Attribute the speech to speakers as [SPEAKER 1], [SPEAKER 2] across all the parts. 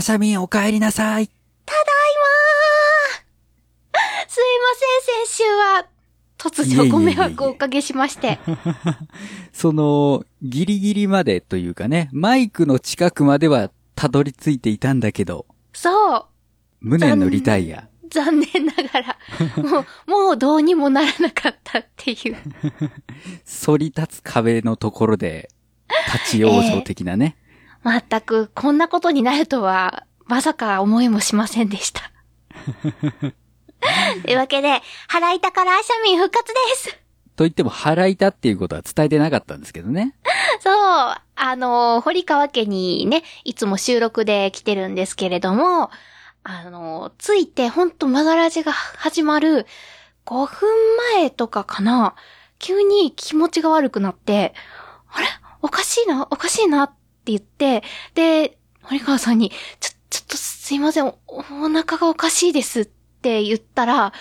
[SPEAKER 1] シャミンお帰りなさい。
[SPEAKER 2] ただいまーすいません、先週は、突如ご迷惑をおかけしまして。
[SPEAKER 1] その、ギリギリまでというかね、マイクの近くまではたどり着いていたんだけど、
[SPEAKER 2] そう、
[SPEAKER 1] 無念のリタイア。
[SPEAKER 2] 残念ながら、もう、もうどうにもならなかったっていう。
[SPEAKER 1] 反り立つ壁のところで、立ち往生的なね。
[SPEAKER 2] まったく、こんなことになるとは、まさか思いもしませんでした。というわけで、払いたからシャミン復活です
[SPEAKER 1] と言っても、腹痛っていうことは伝えてなかったんですけどね。
[SPEAKER 2] そう、あの、堀川家にね、いつも収録で来てるんですけれども、あの、ついてほんとマガラジが始まる5分前とかかな、急に気持ちが悪くなって、あれおかしいなおかしいなって言って、で、堀川さんに、ちょ、ちょっとすいません、おお腹がおかしいですって言ったら、あ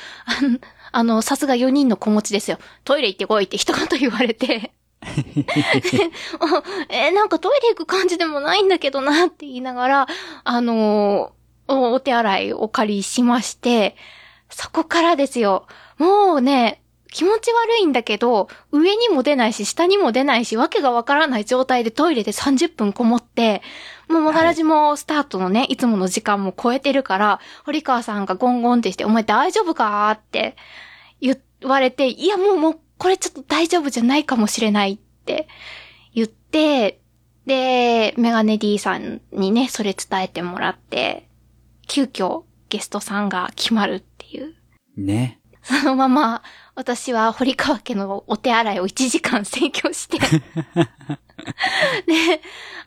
[SPEAKER 2] のあの、さすが4人の子持ちですよ。トイレ行ってこいって一言言われて。あ えーなんかトイレ行く感じでもないんだけどなって言いながら、あのーおお手洗いお借りしまして、そこからですよ。もうね、気持ち悪いんだけど、上にも出ないし、下にも出ないし、わけがわからない状態でトイレで30分こもって、もうマガラジもスタートのね、いつもの時間も超えてるから、堀川さんがゴンゴンってして、お前大丈夫かって言われて、いやもうもう、これちょっと大丈夫じゃないかもしれないって言って、で、メガネ D さんにね、それ伝えてもらって、急遽ゲストさんが決まるっていう。
[SPEAKER 1] ね。
[SPEAKER 2] そのまま、私は堀川家のお手洗いを1時間占拠して。で、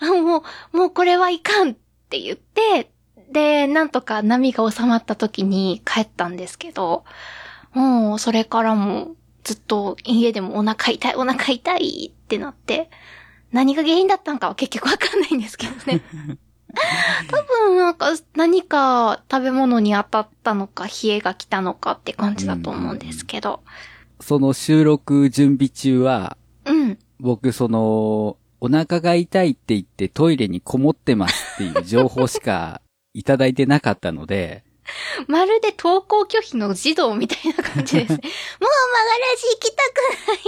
[SPEAKER 2] あもう、もうこれはいかんって言って、で、なんとか波が収まった時に帰ったんですけど、もうそれからもずっと家でもお腹痛い、お腹痛いってなって、何が原因だったのかは結局わかんないんですけどね。多分なんか何か食べ物に当たったのか冷えが来たのかって感じだと思うんですけど。
[SPEAKER 1] その収録準備中は、
[SPEAKER 2] うん。
[SPEAKER 1] 僕、その、お腹が痛いって言ってトイレにこもってますっていう情報しかいただいてなかったので、
[SPEAKER 2] まるで登校拒否の児童みたいな感じ ですね。もう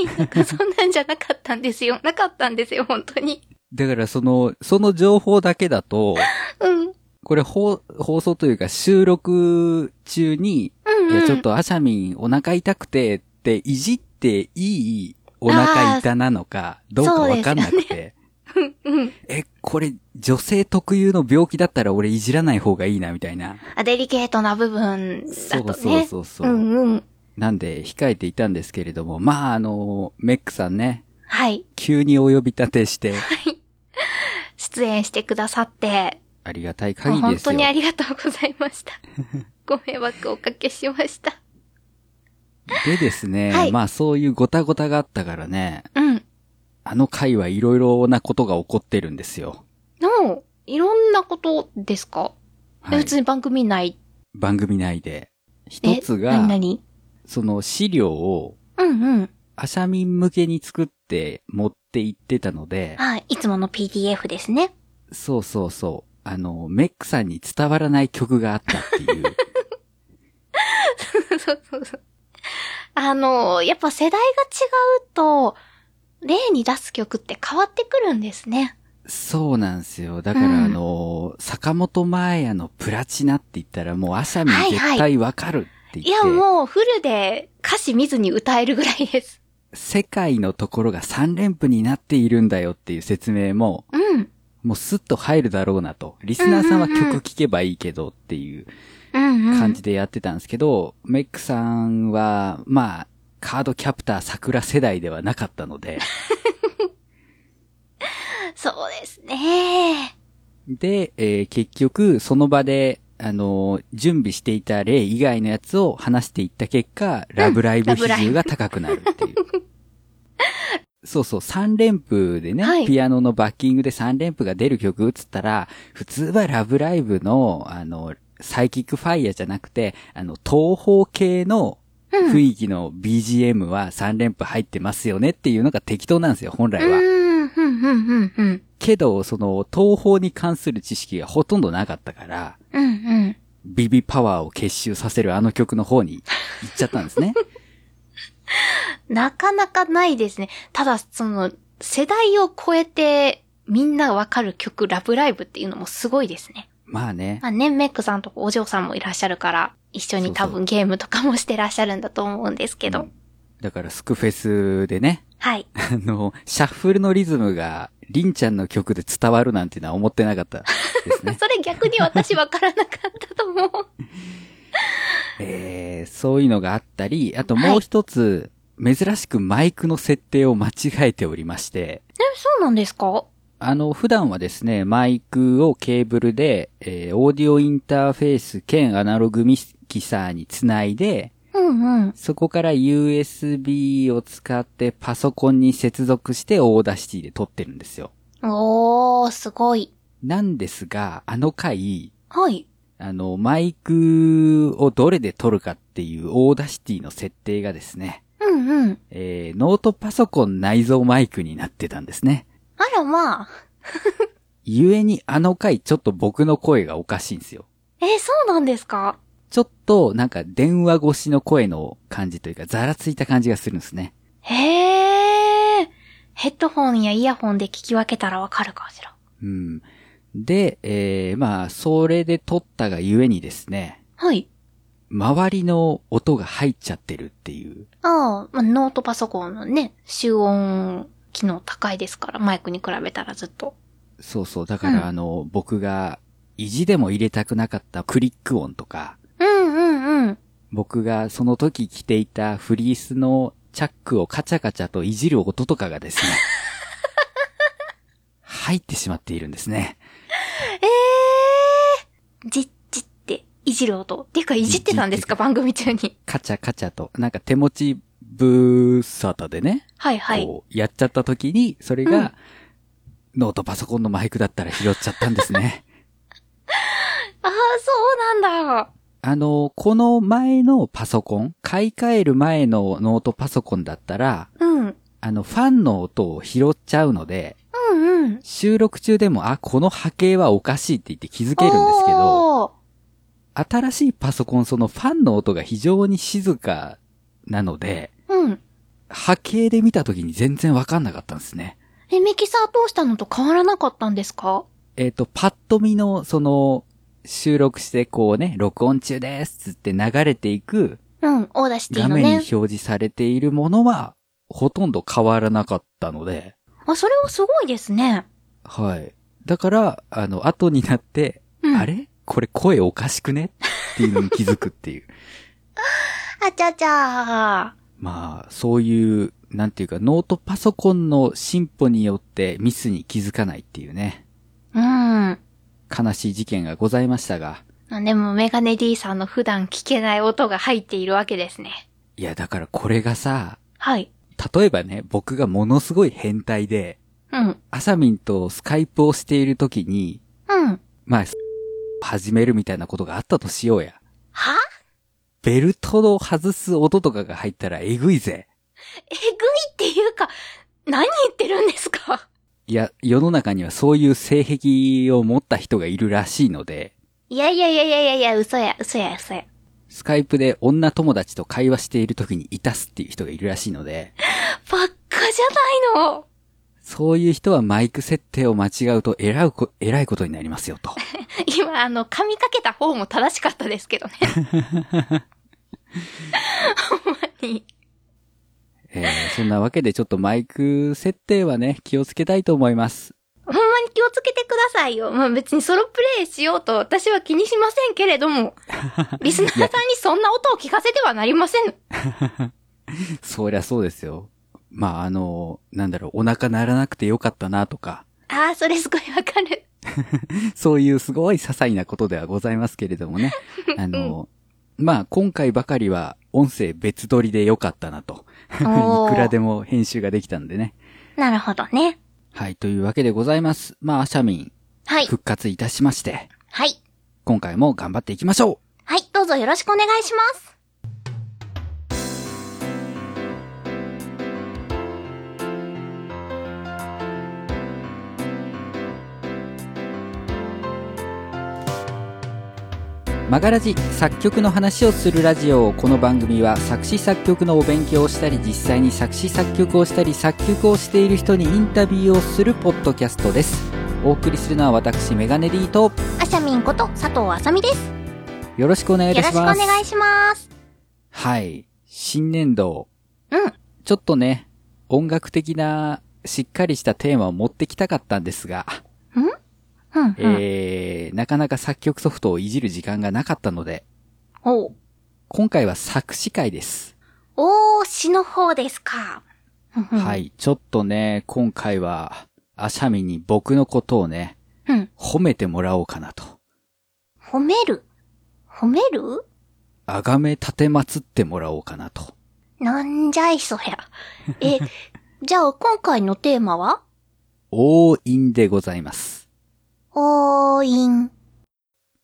[SPEAKER 2] 曲がらじ行きたくないとか、そんなんじゃなかったんですよ。なかったんですよ、本当に。
[SPEAKER 1] だからその、その情報だけだ と、
[SPEAKER 2] うん。うん、
[SPEAKER 1] これ放放送というか収録中に、
[SPEAKER 2] うん。
[SPEAKER 1] いやちょっとアシャミンお腹痛くてっていじっていいお腹痛なのか、どうかわかんなくて、
[SPEAKER 2] うん、うん。
[SPEAKER 1] え、これ女性特有の病気だったら俺いじらない方がいいなみたいな。
[SPEAKER 2] あデリケートな部分だと
[SPEAKER 1] そう
[SPEAKER 2] ね。
[SPEAKER 1] そうそうそう。
[SPEAKER 2] うんうん。
[SPEAKER 1] なんで控えていたんですけれども、まああの、メックさんね、
[SPEAKER 2] はい。
[SPEAKER 1] 急にお呼び立てして、
[SPEAKER 2] 出演してくださって、
[SPEAKER 1] ありがたい限
[SPEAKER 2] もう
[SPEAKER 1] り
[SPEAKER 2] 本
[SPEAKER 1] です
[SPEAKER 2] 当
[SPEAKER 1] よ。
[SPEAKER 2] にありがとうございま した。ご迷惑をおかけしました。
[SPEAKER 1] でですね、
[SPEAKER 2] はい
[SPEAKER 1] まあそういうごたごたがあったからね、
[SPEAKER 2] うん。
[SPEAKER 1] あの回はいろいろなことが起こってるんですよ。
[SPEAKER 2] の、いろんなことですか、
[SPEAKER 1] は
[SPEAKER 2] え
[SPEAKER 1] い
[SPEAKER 2] 普、通に番組内。
[SPEAKER 1] 番組内で。
[SPEAKER 2] え
[SPEAKER 1] 一つ
[SPEAKER 2] 何
[SPEAKER 1] が、
[SPEAKER 2] 々
[SPEAKER 1] その資料を、
[SPEAKER 2] うんうん。
[SPEAKER 1] アシャミン向けに作って持って行ってたので、
[SPEAKER 2] はい。いつもの PDF ですね。
[SPEAKER 1] そうそうそう。あの、メックさんに伝わらない曲があったっていう。
[SPEAKER 2] そうそうそう。あの、やっぱ世代が違うと、例に出す曲って変わってくるんですね。
[SPEAKER 1] そうなんですよ。だから、
[SPEAKER 2] うん
[SPEAKER 1] あの、坂本真綾のプラチナって言ったらもうアシャミ
[SPEAKER 2] は
[SPEAKER 1] ン
[SPEAKER 2] いはい
[SPEAKER 1] 絶対わかるって言っ
[SPEAKER 2] い
[SPEAKER 1] て、
[SPEAKER 2] や、もうフルで歌詞見ずに歌えるぐらいです。
[SPEAKER 1] 世界のところが3連符になっているんだよっていう説明も、
[SPEAKER 2] うん。
[SPEAKER 1] もうスッと入るだろうなと。リスナーさんは曲聴けばいいけどっていう
[SPEAKER 2] うん、うん。
[SPEAKER 1] 感じでやってたんですけど、メックさんは、まあ、カードキャプター桜世代ではなかったので、
[SPEAKER 2] そうですね。
[SPEAKER 1] で、えー結局、その場で、あのー準備していた例以外のやつを話していった結果、ラブライブ比重が高くなるっていう。 そうそう、3連符でね、
[SPEAKER 2] はい
[SPEAKER 1] ピアノのバッキングで3連符が出る曲っつったら、普通はラブライブの、あの、サイキックファイヤーじゃなくて、あの、東方系の
[SPEAKER 2] うん。
[SPEAKER 1] 雰囲気の BGM は3連符入ってますよねっていうのが適当なんですよ、本来は。
[SPEAKER 2] うん、うん、うん、うん、うん。
[SPEAKER 1] けど、その、東方に関する知識がほとんどなかったから、
[SPEAKER 2] うんうん。
[SPEAKER 1] ビビパワーを結集させるあの曲の方に行っちゃったん ですね。
[SPEAKER 2] なかなかないですね。ただ、その、世代を超えて、みんなわかる曲、ラブライブっていうのもすごいですね。
[SPEAKER 1] まあね。
[SPEAKER 2] まあ、ね、メックさんとかお嬢さんもいらっしゃるから、一緒に
[SPEAKER 1] そ
[SPEAKER 2] 多
[SPEAKER 1] うそ
[SPEAKER 2] 分ゲームとかもしてらっしゃるんだと思うんですけ
[SPEAKER 1] う
[SPEAKER 2] ど。
[SPEAKER 1] んだから、スクフェスでね、
[SPEAKER 2] はい。
[SPEAKER 1] あの、シャッフルのリズムが、りんちゃんの曲で伝わるなんていうのは思ってなかったです ね。
[SPEAKER 2] それ逆に私わからなかったと思 う。
[SPEAKER 1] えー、そういうのがあったり、あともう一つ、珍しくマイクの設定を間違えておりまして、
[SPEAKER 2] え、そうなんですか
[SPEAKER 1] あの、普段はですね、マイクをケーブルで、えーオーディオインターフェース兼アナログミキサーにつないで、
[SPEAKER 2] うんうん。
[SPEAKER 1] そこから USB を使ってパソコンに接続してオーダーシティで撮ってるんですよ。
[SPEAKER 2] おー、すごい。
[SPEAKER 1] なんですが、あの回、
[SPEAKER 2] はい。
[SPEAKER 1] あの、マイクをどれで撮るかっていうオーダーシティの設定がですね、
[SPEAKER 2] うんうん。
[SPEAKER 1] えーノートパソコン内蔵マイクになってたんですね。
[SPEAKER 2] あらまあ。
[SPEAKER 1] ゆえにあの回ちょっと僕の声がおかしいんですよ。
[SPEAKER 2] え、そうなんですか
[SPEAKER 1] ちょっとなんか電話越しの声の感じというかざらついた感じがするんですね。
[SPEAKER 2] へー。ヘッドホンやイヤホンで聞き分けたらわかるかしら。
[SPEAKER 1] うん。で、えーまあ、それで撮ったがゆえにですね、
[SPEAKER 2] はい。
[SPEAKER 1] 周りの音が入っちゃってるっていう。
[SPEAKER 2] ああ、まあ、ノートパソコンのね、集音機能高いですから、マイクに比べたらずっと。
[SPEAKER 1] そうそう。だから、
[SPEAKER 2] うん
[SPEAKER 1] あの、僕が意地でも入れたくなかったクリック音とか、
[SPEAKER 2] うんうんうん。
[SPEAKER 1] 僕がその時着ていたフリースのチャックをカチャカチャといじる音とかがです ね、入ってしまっているんですね。
[SPEAKER 2] えー。じっじって、いじる音。っていうか、いじってたんですか、
[SPEAKER 1] じっ
[SPEAKER 2] 番組中に。
[SPEAKER 1] カチャカチャと、なんか手持ちぶーさたでね、
[SPEAKER 2] はいはい。
[SPEAKER 1] こうやっちゃった時に、それ
[SPEAKER 2] うん
[SPEAKER 1] が、ノートパソコンのマイクだったら拾っちゃったんですね。
[SPEAKER 2] ああ、そうなんだ。
[SPEAKER 1] あの、この前のパソコン、買い替える前のノートパソコンだったら、
[SPEAKER 2] うん。うん
[SPEAKER 1] あの、ファンの音を拾っちゃうので、
[SPEAKER 2] うん。
[SPEAKER 1] 収録中でも、あ、この波形はおかしいって言って気づけるんですけど、
[SPEAKER 2] おー。
[SPEAKER 1] 新しいパソコン、そのファンの音が非常に静かなので、
[SPEAKER 2] うん。
[SPEAKER 1] 波形で見た時に全然わかんなかったんですね。
[SPEAKER 2] え、ミキサー通したのと変わらなかったんですか
[SPEAKER 1] えっ、と、パッと見の、その、収録してこうね、録音中ですっつって流れていく
[SPEAKER 2] うん、オーダーシティ
[SPEAKER 1] 画
[SPEAKER 2] の
[SPEAKER 1] 面に
[SPEAKER 2] ね
[SPEAKER 1] 表。示されているものは、ほとんど変わらなかったので、
[SPEAKER 2] あ、それはすごいですね。
[SPEAKER 1] はい。だから、あの、後になって、
[SPEAKER 2] うん。
[SPEAKER 1] あれこれ声おかしくねっていうのに気づくっていう。
[SPEAKER 2] あちゃちゃ
[SPEAKER 1] まあ、そういう、なんていうか、ノートパソコンの進歩によってミスに気づかないっていうね、
[SPEAKER 2] ー。うん。
[SPEAKER 1] 悲しい事件がございましたが、
[SPEAKER 2] まあでも、メガネ D さんの普段聞けない音が入っているわけですね。
[SPEAKER 1] いや、だからこれがさ、
[SPEAKER 2] はい。
[SPEAKER 1] 例えばね、僕がものすごい変態で、
[SPEAKER 2] うん。
[SPEAKER 1] アサミンとスカイプをしている時に、
[SPEAKER 2] うん。
[SPEAKER 1] まあ、始めるみたいなことがあったとしようや。
[SPEAKER 2] は
[SPEAKER 1] ベルトを外す音とかが入ったらえぐいぜ。
[SPEAKER 2] えぐいっていうか、何言ってるんですか
[SPEAKER 1] いや、世の中にはそういう性癖を持った人がいるらしいので、
[SPEAKER 2] いやいやいやいやいやいや、嘘や、嘘や、嘘や。
[SPEAKER 1] スカイプで女友達と会話している時にいたすっていう人がいるらしいので、
[SPEAKER 2] ばっかじゃないの。
[SPEAKER 1] そういう人はマイク設定を間違うとえらうこ、えらいことになりますよと。
[SPEAKER 2] 今、あの、噛みかけた方も正しかったですけどね。ほんまに。
[SPEAKER 1] えーそんなわけでちょっとマイク設定はね、気をつけたいと思います。
[SPEAKER 2] ほんまに気をつけてくださいよ。まあ別にソロプレイしようと私は気にしませんけれど も、リスナーさんにそんな音を聞かせてはなりません。
[SPEAKER 1] そりゃそうですよ。まあ、あの、なんだろう、お腹鳴らなくてよかったなとか、
[SPEAKER 2] ああ、それすごいわかる。
[SPEAKER 1] そういうすごい些細なことではございますけれど もね。あの、まあ、今回ばかりは音声別撮りでよかったなと。い
[SPEAKER 2] おー
[SPEAKER 1] く らでも編集ができたんでね。
[SPEAKER 2] なるほどね。
[SPEAKER 1] はい、というわけでございます。まあ、アシャミン、
[SPEAKER 2] はい。
[SPEAKER 1] 復活いたしまして、
[SPEAKER 2] はい。
[SPEAKER 1] 今回も頑張っていきましょ
[SPEAKER 2] はい、どうぞよろしくお願いします。
[SPEAKER 1] うマガラジ作曲の話をするラジオこの番組は作詞作曲のお勉強をしたり実際に作詞作曲をしたり作曲をしている人にインタビューをするポッドキャストですお送りするのは私メガネリーと
[SPEAKER 2] あしゃみんこと佐藤あさみです。
[SPEAKER 1] よろしくお願いい
[SPEAKER 2] よ
[SPEAKER 1] た
[SPEAKER 2] ろ
[SPEAKER 1] し
[SPEAKER 2] しくお
[SPEAKER 1] ます
[SPEAKER 2] 願いします。
[SPEAKER 1] はい新年度
[SPEAKER 2] うん
[SPEAKER 1] ちょっとね音楽的なしっかりしたテーマを持ってきたかったんですが、
[SPEAKER 2] うん、うん。
[SPEAKER 1] えー、なかなか作曲ソフトをいじる時間がなかったので
[SPEAKER 2] おう
[SPEAKER 1] 今回は作詞会です
[SPEAKER 2] おー、詩の方ですか。。
[SPEAKER 1] はいい。ちょっとね、今回は、アシャミに僕のことをね、
[SPEAKER 2] うん。
[SPEAKER 1] 褒めてもらおうかなと。
[SPEAKER 2] 褒める。褒める
[SPEAKER 1] あがめ立てまつってもらおうかなと。
[SPEAKER 2] なんじゃいそりゃ。え、 じゃあ今回のテーマは
[SPEAKER 1] 応印でございます。
[SPEAKER 2] おーいん。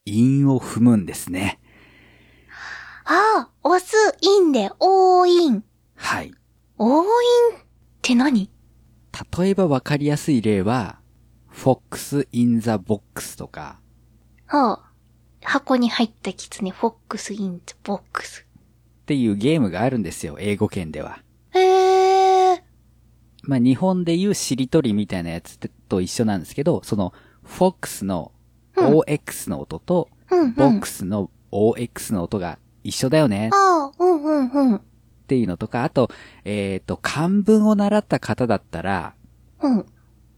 [SPEAKER 1] 印を踏むんですね。
[SPEAKER 2] ああ、押すインで、おーいん。
[SPEAKER 1] はい。
[SPEAKER 2] おーいんって何
[SPEAKER 1] 例えばわかりやすい例は、Fox in the Box とか、
[SPEAKER 2] はあ、箱に入った狐、フォックスインズボックス。
[SPEAKER 1] っていうゲームがあるんですよ、英語圏では。
[SPEAKER 2] へえ。
[SPEAKER 1] まあ、日本でいうしりとりみたいなやつと一緒なんですけど、その、Fox の
[SPEAKER 2] うん
[SPEAKER 1] OX の音と、
[SPEAKER 2] うん、うん。
[SPEAKER 1] ボックスの OX の音が一緒だよね
[SPEAKER 2] ああ、うん、うん、うん。
[SPEAKER 1] っていうのとか、あと、えっ、と、漢文を習った方だったら、
[SPEAKER 2] うん。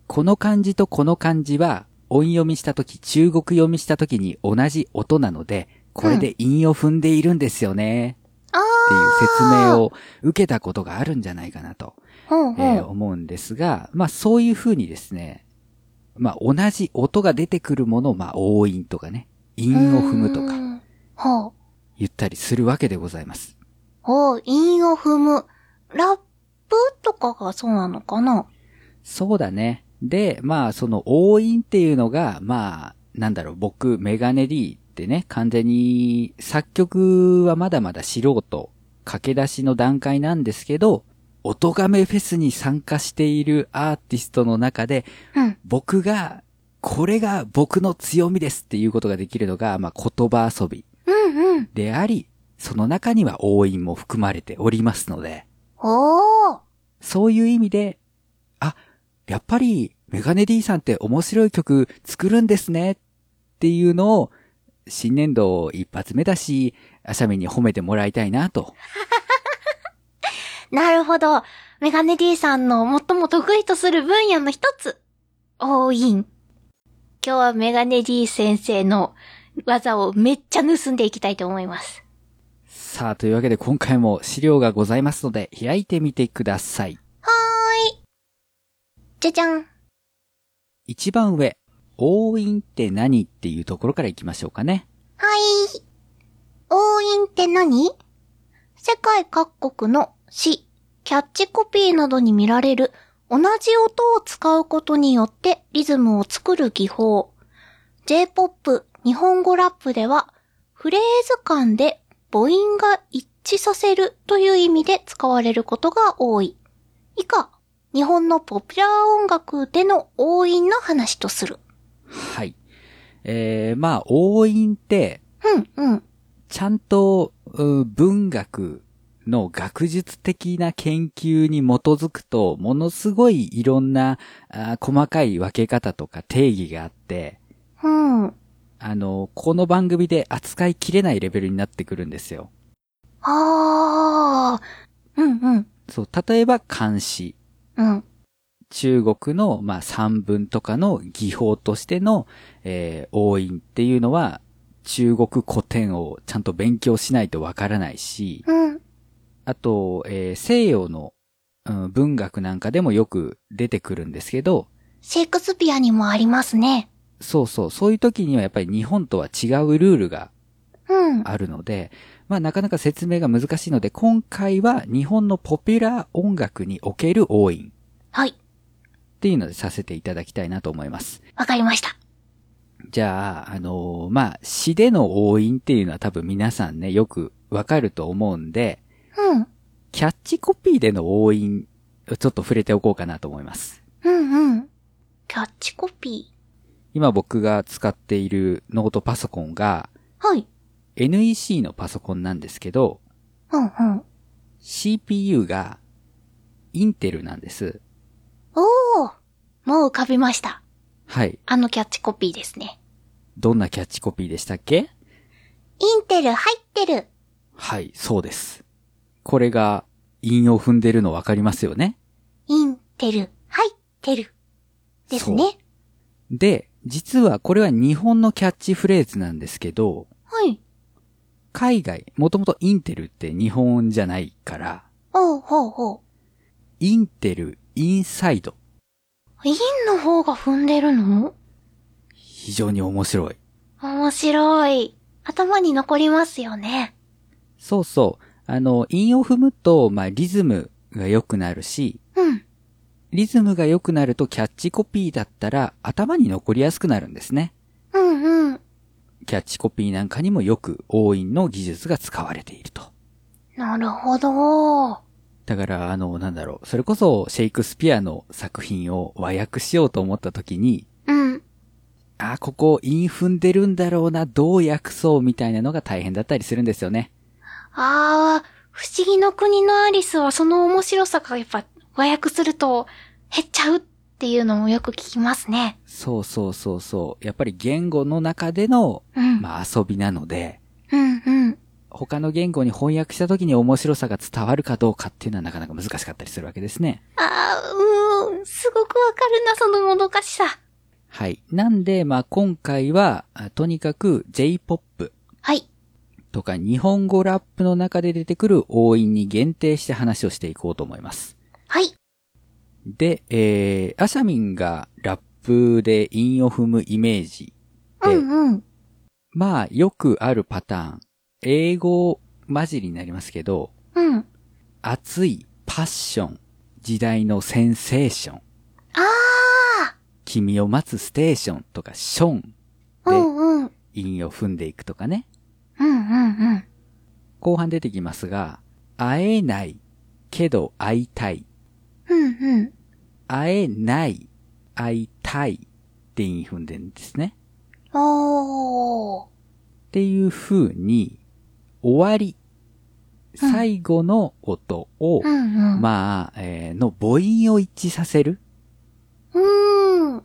[SPEAKER 1] この漢字とこの漢字は音読みしたとき、中国読みしたときに同じ音なので、これで韻を踏んでいるんですよね、
[SPEAKER 2] ああ。
[SPEAKER 1] っていう説明を受けたことがあるんじゃないかなと、
[SPEAKER 2] うん、うん。
[SPEAKER 1] えー思うんですが、まあそういうふうにですね、まあ同じ音が出てくるものを、まあ音韻とかね、韻を踏むと
[SPEAKER 2] うー
[SPEAKER 1] か
[SPEAKER 2] ん。はあ。
[SPEAKER 1] 言ったりするわけでございます。
[SPEAKER 2] おう、韻を踏む。ラップとかがそうなのかな
[SPEAKER 1] そうだね。で、まあ、その、応印っていうのが、まあ、なんだろう、僕、メガネ D ってね、完全に、作曲はまだまだ素人、駆け出しの段階なんですけど、音亀フェスに参加しているアーティストの中で、
[SPEAKER 2] うん。
[SPEAKER 1] 僕が、これが僕の強みですっていうことができるのが、まあ、言葉遊び
[SPEAKER 2] うん、うん。
[SPEAKER 1] であり、その中には応印も含まれておりますので、
[SPEAKER 2] おー。
[SPEAKER 1] そういう意味で、あ、やっぱりメガネ D さんって面白い曲作るんですねっていうのを新年度一発目だし、あさみに褒めてもらいたいなと。
[SPEAKER 2] なるほど。メガネ D さんの最も得意とする分野の一つ。おーいん。今日はメガネ D 先生の技をめっちゃ盗んでいきたいと思います。
[SPEAKER 1] さあ、というわけで今回も資料がございますので開いてみてください。
[SPEAKER 2] はーい。じゃじゃん。
[SPEAKER 1] 一番上、応印って何っていうところから行きましょうかね。
[SPEAKER 2] はい。応印って何世界各国の詩、キャッチコピーなどに見られる同じ音を使うことによってリズムを作る技法。J-POP、日本語ラップではフレーズ間で母音が一致させるという意味で使われることが多い。以下、日本のポピュラー音楽での応印の話とする。
[SPEAKER 1] はい。えー、まあ、応印って、
[SPEAKER 2] うん、うん。
[SPEAKER 1] ちゃんと、うん文学の学術的な研究に基づくと、ものすごいいろんなあー細かい分け方とか定義があって、
[SPEAKER 2] うん。
[SPEAKER 1] あの、この番組で扱いきれないレベルになってくるんですよ。
[SPEAKER 2] ああ。うんうん。
[SPEAKER 1] そう、例えば漢詩。
[SPEAKER 2] うん。
[SPEAKER 1] 中国の、まあ、三文とかの技法としての、えー、応印っていうのは、中国古典をちゃんと勉強しないとわからないし、
[SPEAKER 2] うん。
[SPEAKER 1] あと、えー西洋の、うん文学なんかでもよく出てくるんですけど、
[SPEAKER 2] シェイクスピアにもありますね。
[SPEAKER 1] そうそう、そういう時にはやっぱり日本とは違うルールが
[SPEAKER 2] うん。
[SPEAKER 1] あるので、まあなかなか説明が難しいので、今回は日本のポピュラー音楽における応印
[SPEAKER 2] はい。
[SPEAKER 1] っていうのでさせていただきたいなと思います。
[SPEAKER 2] わかりました。
[SPEAKER 1] じゃあ、あのーまあ詩での応印っていうのは多分皆さんね、よくわかると思うんで、
[SPEAKER 2] うん。
[SPEAKER 1] キャッチコピーでの応印、ちょっと触れておこうかなと思います。
[SPEAKER 2] うんうん。キャッチコピ
[SPEAKER 1] 今僕が使っているノートパソコンが、
[SPEAKER 2] ー。はい。
[SPEAKER 1] NEC のパソコンなんですけど、
[SPEAKER 2] うんうん。
[SPEAKER 1] CPU がインテルなんです。
[SPEAKER 2] おーもう浮かびました。
[SPEAKER 1] はい。
[SPEAKER 2] あのキャッチコピーですね。
[SPEAKER 1] どんなキャッチコピーでしたっけ
[SPEAKER 2] インテル入ってる
[SPEAKER 1] はい、そうです。これが、韻を踏んでるのわかりますよね
[SPEAKER 2] インテル入ってるです
[SPEAKER 1] そう
[SPEAKER 2] ね。
[SPEAKER 1] で、実はこれは日本のキャッチフレーズなんですけど、
[SPEAKER 2] はい。
[SPEAKER 1] 海外、もともとインテルって日本じゃないから、
[SPEAKER 2] おうほうほ
[SPEAKER 1] インテル、インサイド。
[SPEAKER 2] う。インの方が踏んでるの
[SPEAKER 1] 非常に面白い。
[SPEAKER 2] 面白い。頭に残りますよね。
[SPEAKER 1] そうそう。あの、韻を踏むと、まあ、リズムが良くなるし、
[SPEAKER 2] うん。
[SPEAKER 1] リズムが良くなるとキャッチコピーだったら頭に残りやすくなるんですね。
[SPEAKER 2] うんうん。
[SPEAKER 1] キャッチコピーなんかにもよく応印の技術が使われていると。
[SPEAKER 2] なるほど。
[SPEAKER 1] だから、あの、なんだろう。それこそ、シェイクスピアの作品を和訳しようと思った時に、
[SPEAKER 2] うん。
[SPEAKER 1] あ、ここ、韻踏んでるんだろうな、どう訳そうみたいなのが大変だったりするんですよね。
[SPEAKER 2] ああ、不思議の国のアリスはその面白さがやっぱ和訳すると減っちゃうっていうのもよく聞きますね。
[SPEAKER 1] そうそうそうそう。やっぱり言語の中での、
[SPEAKER 2] うん。
[SPEAKER 1] まあ、遊びなので、
[SPEAKER 2] うんうん。
[SPEAKER 1] 他の言語に翻訳した時に面白さが伝わるかどうかっていうのはなかなか難しかったりするわけですね。
[SPEAKER 2] ああ、うーん、すごくわかるな、そのもどかしさ。
[SPEAKER 1] はい。なんで、まあ、今回は、あとにかく J-POP
[SPEAKER 2] はい。
[SPEAKER 1] とか日本語ラップの中で出てくる応印に限定して話をしていこうと思います。
[SPEAKER 2] はい。
[SPEAKER 1] で、えー、アシャミンがラップで韻を踏むイメージ
[SPEAKER 2] う
[SPEAKER 1] で、
[SPEAKER 2] んうん。
[SPEAKER 1] まあ、よくあるパターン。英語混じりになりますけど、
[SPEAKER 2] うん。
[SPEAKER 1] 熱い、パッション、時代のセンセーション、
[SPEAKER 2] ああ、
[SPEAKER 1] 君を待つステーションとか、ション
[SPEAKER 2] う
[SPEAKER 1] で
[SPEAKER 2] んうん。
[SPEAKER 1] 韻を踏んでいくとかね。
[SPEAKER 2] うんうんうん。
[SPEAKER 1] 後半出てきますが、会えない、けど会いたい、
[SPEAKER 2] うんうん。
[SPEAKER 1] 会えない、会いたいって韻踏んでるんですね。
[SPEAKER 2] おー。
[SPEAKER 1] っていう風に、終わり、
[SPEAKER 2] うん
[SPEAKER 1] 最後の音を、
[SPEAKER 2] うんうん。
[SPEAKER 1] まあ、えーの母音を一致させる
[SPEAKER 2] うーん。
[SPEAKER 1] っ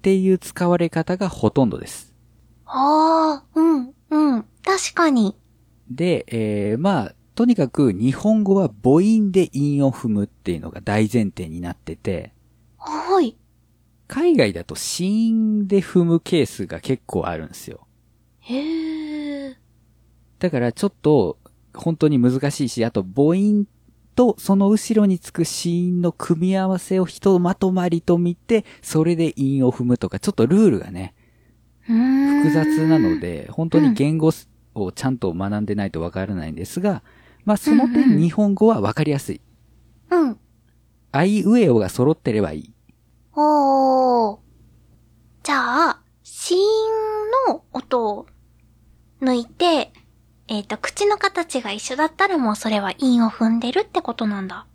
[SPEAKER 1] ていう使われ方がほとんどです。
[SPEAKER 2] ああ、うんうん。確かに。
[SPEAKER 1] で、えーまあ、とにかく日本語は母音で韻を踏むっていうのが大前提になってて、
[SPEAKER 2] はい。
[SPEAKER 1] 海外だと子音で踏むケースが結構あるんですよ。
[SPEAKER 2] へえ。
[SPEAKER 1] だからちょっと本当に難しいし、あと母音とその後ろにつく子音の組み合わせをひとまとまりと見て、それで韻を踏むとか、ちょっとルールがね、
[SPEAKER 2] 複
[SPEAKER 1] 複雑なの。で、本当に言語をちゃんと学んでないとわからないんですが、まあその
[SPEAKER 2] うんう
[SPEAKER 1] 点
[SPEAKER 2] ん
[SPEAKER 1] 日本語はわかりやすい。
[SPEAKER 2] うん。
[SPEAKER 1] あいうえおが揃ってればいい。
[SPEAKER 2] おー。じゃあ、子音の音を抜いて、えっ、と、口の形が一緒だったらもうそれは韻を踏んでるってことなんだ。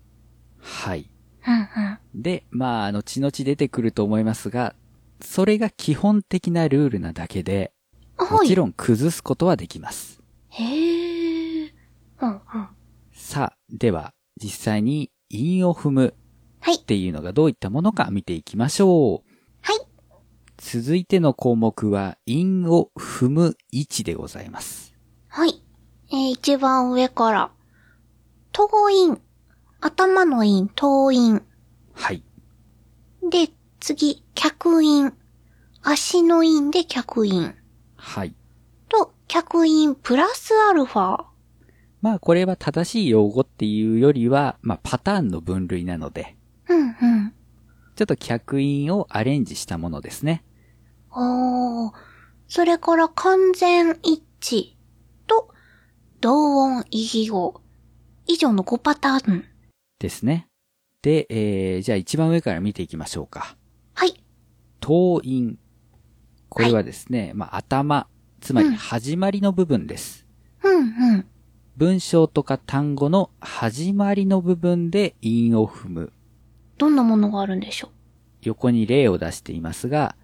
[SPEAKER 1] はい。
[SPEAKER 2] うんうん。
[SPEAKER 1] で、まあ、あの、後々出てくると思いますが、それが基本的なルールなだけで、も
[SPEAKER 2] はい。
[SPEAKER 1] ちろん崩すことはできます。
[SPEAKER 2] へえ。うんうん。
[SPEAKER 1] さあ、では、実際に韻を踏む
[SPEAKER 2] はい
[SPEAKER 1] っていうのがどういったものか見ていきましょう。
[SPEAKER 2] はい。
[SPEAKER 1] 続いての項目は、韻を踏む位置でございます。
[SPEAKER 2] はい。えー一番上から。頭韻。頭の韻、頭韻。
[SPEAKER 1] はい。
[SPEAKER 2] で、次、脚韻。足の韻で脚韻。
[SPEAKER 1] はい。
[SPEAKER 2] と、脚韻プラスアルファ。
[SPEAKER 1] まあ、これは正しい用語っていうよりは、まあ、パターンの分類なので、
[SPEAKER 2] うんうん。
[SPEAKER 1] ちょっと客韻をアレンジしたものですね。
[SPEAKER 2] おー。それから完全一致と同音異義語。以上の5パターン。
[SPEAKER 1] ですね。で、えー、じゃあ一番上から見ていきましょうか。
[SPEAKER 2] はい。
[SPEAKER 1] 頭韻。これはですね、まあ、頭、つま
[SPEAKER 2] う
[SPEAKER 1] り
[SPEAKER 2] ん
[SPEAKER 1] 始まりの部分です。
[SPEAKER 2] うんうん。
[SPEAKER 1] 文章とか単語の始まりの部分で韻を踏む。
[SPEAKER 2] どんなものがあるんでしょ
[SPEAKER 1] 横に例を出していますが、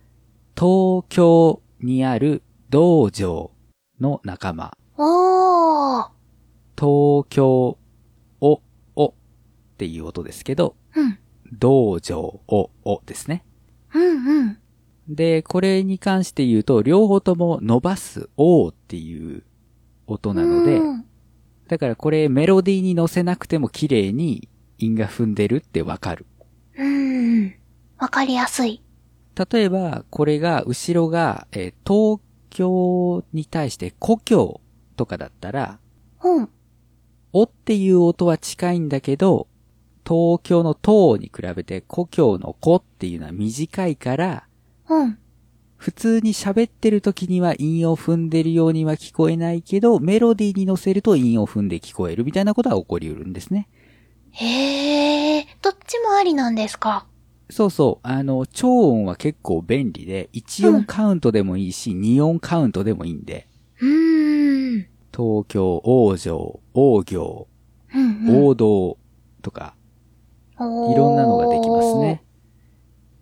[SPEAKER 1] 東京にある道場の仲間、
[SPEAKER 2] おー。
[SPEAKER 1] 東京、お、おっていう音ですけど、
[SPEAKER 2] うん。
[SPEAKER 1] 道場、お、おですね。
[SPEAKER 2] うんうん。
[SPEAKER 1] で、これに関して言うと、両方とも伸ばす、おっていう音なので、
[SPEAKER 2] うん
[SPEAKER 1] だからこれメロディーに乗せなくても綺麗に韻が踏んでるってわかる。
[SPEAKER 2] うん。わかりやすい。
[SPEAKER 1] 例えば、これが、後ろが、えー東京に対して故郷とかだったら、
[SPEAKER 2] うん。
[SPEAKER 1] おっていう音は近いんだけど、東京の東に比べて故郷の子っていうのは短いから、
[SPEAKER 2] うん。
[SPEAKER 1] 普通に喋ってる時には韻を踏んでるようには聞こえないけど、メロディーに乗せると韻を踏んで聞こえるみたいなことは起こりうるんですね。
[SPEAKER 2] へえ、どっちもありなんですか。
[SPEAKER 1] そうそう。あの、超音は結構便利で、1音カウントでもいいし、2音カウントでもいいんで、
[SPEAKER 2] うーん。
[SPEAKER 1] 東京、王城、王行、
[SPEAKER 2] うん、うん。
[SPEAKER 1] 王道とか、い
[SPEAKER 2] い
[SPEAKER 1] ろんなのができますね。。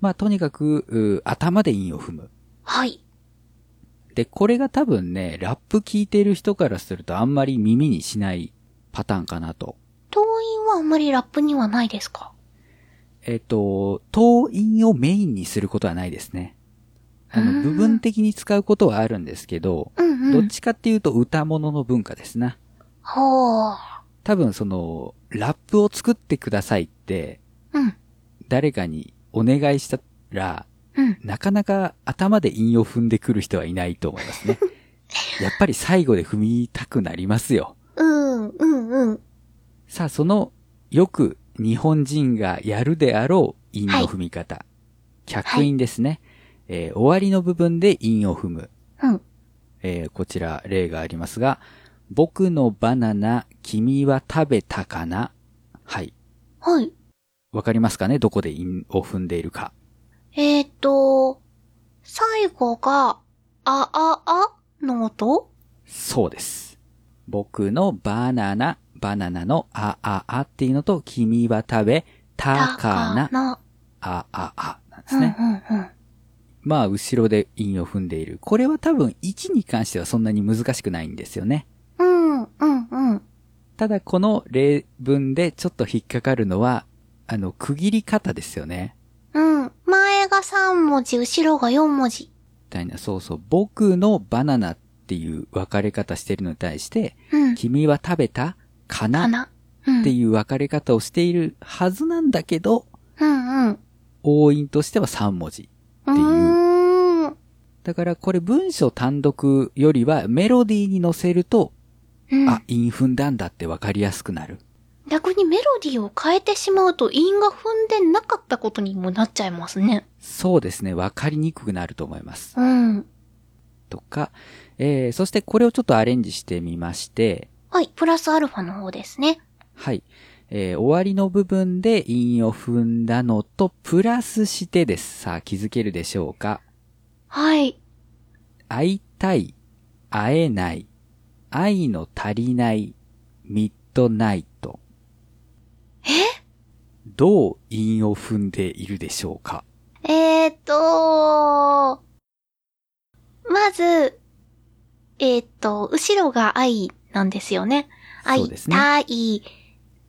[SPEAKER 1] まあ、とにかく、う頭で韻を踏む。
[SPEAKER 2] はい。
[SPEAKER 1] で、これが多分ね、ラップ聞いてる人からするとあんまり耳にしないパターンかなと。
[SPEAKER 2] 党員はあんまりラップにはないですか
[SPEAKER 1] えっと、当韻をメインにすることはないですね。あ
[SPEAKER 2] う
[SPEAKER 1] の、
[SPEAKER 2] ん
[SPEAKER 1] 部分的に使うことはあるんですけど、
[SPEAKER 2] うんうん。
[SPEAKER 1] どっちかっていうと歌物の文化ですな。
[SPEAKER 2] ほう。
[SPEAKER 1] 多分その、ラップを作ってくださいって、
[SPEAKER 2] うん。
[SPEAKER 1] 誰かにお願いしたら、
[SPEAKER 2] うん。
[SPEAKER 1] なかなか頭で韻を踏んでくる人はいないと思います ね。やっぱり最後で踏みたくなりますよ。
[SPEAKER 2] うん、うん、うん。
[SPEAKER 1] さあ、その、よく日本人がやるであろう韻の踏み方。客韻ですね。えー終わりの部分で韻を踏む。
[SPEAKER 2] うん。
[SPEAKER 1] えーこちら例がありますが、僕のバナナ、君は食べたかなはい。
[SPEAKER 2] はい。
[SPEAKER 1] わかりますかねどこで韻を踏んでいるか。
[SPEAKER 2] えっ、ー、と、最後が、あ、あ、あの音
[SPEAKER 1] そうです。僕のバナナ、バナナのあああっていうのと、君は食べたかな、
[SPEAKER 2] な。
[SPEAKER 1] あああなんで
[SPEAKER 2] う
[SPEAKER 1] す
[SPEAKER 2] ん、う
[SPEAKER 1] ね。
[SPEAKER 2] ん、うん。
[SPEAKER 1] まあ、後ろで韻を踏んでいる。これは多分、1に関してはそんなに難しくないんですよね。
[SPEAKER 2] うん、うん、うん。
[SPEAKER 1] ただ、この例文でちょっと引っかかるのは、あの、区切り方ですよね。
[SPEAKER 2] うん。前が3文字、後ろが4文字。
[SPEAKER 1] みたいな、そうそう、僕のバナナっていう分かれ方してるのに対して、
[SPEAKER 2] うん。
[SPEAKER 1] 君は食べたか
[SPEAKER 2] か
[SPEAKER 1] な
[SPEAKER 2] な。うん。
[SPEAKER 1] っていう分かれ方をしているはずなんだけど、
[SPEAKER 2] うん、うん。
[SPEAKER 1] 応印としては3文字。
[SPEAKER 2] う
[SPEAKER 1] いう
[SPEAKER 2] ーん。
[SPEAKER 1] だからこれ文章単独よりはメロディーに乗せると、
[SPEAKER 2] うん
[SPEAKER 1] あ、韻踏んだんだって分かりやすくなる。
[SPEAKER 2] 逆にメロディーを変えてしまうと韻が踏んでなかったことにもなっちゃいますね。
[SPEAKER 1] そうですね、分かりにくくなると思います。
[SPEAKER 2] うん。
[SPEAKER 1] とか、えー、そしてこれをちょっとアレンジしてみまして、
[SPEAKER 2] はい、プラスアルファの方ですね。
[SPEAKER 1] はい。えー終わりの部分で韻を踏んだのと、プラスしてです。さあ、気づけるでしょうか
[SPEAKER 2] はい。
[SPEAKER 1] 会いたい、会えない、愛の足りない、ミッドナイト。えどう韻を踏んでいるでしょうか
[SPEAKER 2] えーっと、まず、えーっと、後ろが愛なんですよね。
[SPEAKER 1] そ
[SPEAKER 2] 愛
[SPEAKER 1] うですね。
[SPEAKER 2] たい、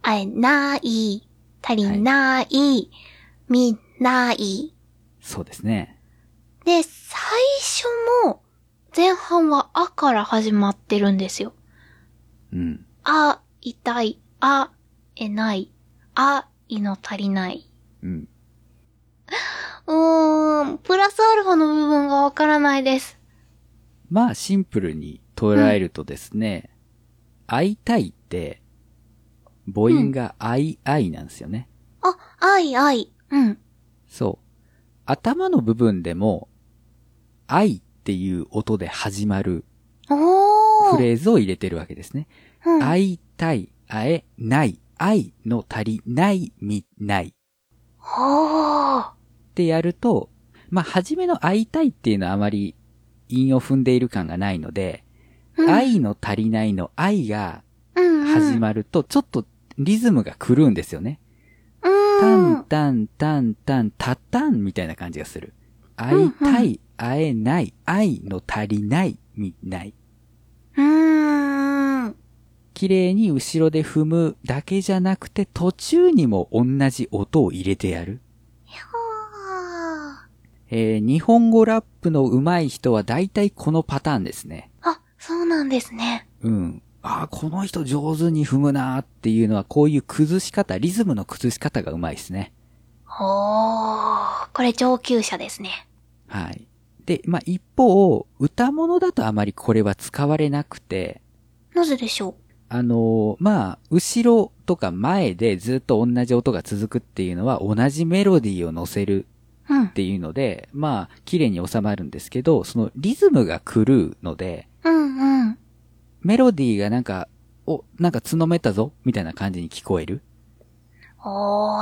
[SPEAKER 2] 愛ない、足りない、み、ない。
[SPEAKER 1] そうですね。
[SPEAKER 2] で、最初も前半はあから始まってるんですよ。
[SPEAKER 1] うん。
[SPEAKER 2] あ、痛い、あ、えない、あ、いの足りない。
[SPEAKER 1] うん。
[SPEAKER 2] うーん、プラスアルファの部分がわからないです。
[SPEAKER 1] まあ、シンプルに捉えるとですね、会いたいって、母音が愛愛なんですよね。
[SPEAKER 2] あ、あいあい。うん。
[SPEAKER 1] そう。頭の部分でも、愛っていう音で始まる
[SPEAKER 2] おー。
[SPEAKER 1] フレーズを入れてるわけですね。
[SPEAKER 2] うん、
[SPEAKER 1] 会いたい、会えない、愛の足りない、み、ない。
[SPEAKER 2] ほー。
[SPEAKER 1] ってやると、まあ、初めの会いたいっていうのはあまり韻を踏んでいる感がないので、
[SPEAKER 2] うん、
[SPEAKER 1] 愛の足りないの愛が
[SPEAKER 2] うん、
[SPEAKER 1] 始まると、ちょっとリズムが狂うんですよね。
[SPEAKER 2] る。
[SPEAKER 1] タ
[SPEAKER 2] う
[SPEAKER 1] ン
[SPEAKER 2] ん。
[SPEAKER 1] タンタンタンタタンみたいな感じがする。会いたい、会えない、愛の足りない、みない。
[SPEAKER 2] うーん。
[SPEAKER 1] 綺麗に後ろで踏むだけじゃなくて、途中にも同じ音を入れてやる。
[SPEAKER 2] あ
[SPEAKER 1] えー日本語ラップの上手い人は大体このパターンですね。
[SPEAKER 2] ーあ、そうなんですね。
[SPEAKER 1] うん。ああ、この人上手に踏むなーっていうのは、こういう崩し方、リズムの崩し方が上手いですね。
[SPEAKER 2] おー、これ上級者ですね。
[SPEAKER 1] はい。で、まあ、一方、歌物だとあまりこれは使われなくて、
[SPEAKER 2] なぜでしょ
[SPEAKER 1] あのーまあ、後ろとか前でずっと同じ音が続くっていうのは、同じメロディーを乗せる
[SPEAKER 2] ううん
[SPEAKER 1] っ。ていうので、まあ、綺麗に収まるんですけど、そのリズムが狂うので、
[SPEAKER 2] うんうん。
[SPEAKER 1] メロディーがなんか、お、なんか角めたぞ、みたいな感じに聞こえる。
[SPEAKER 2] お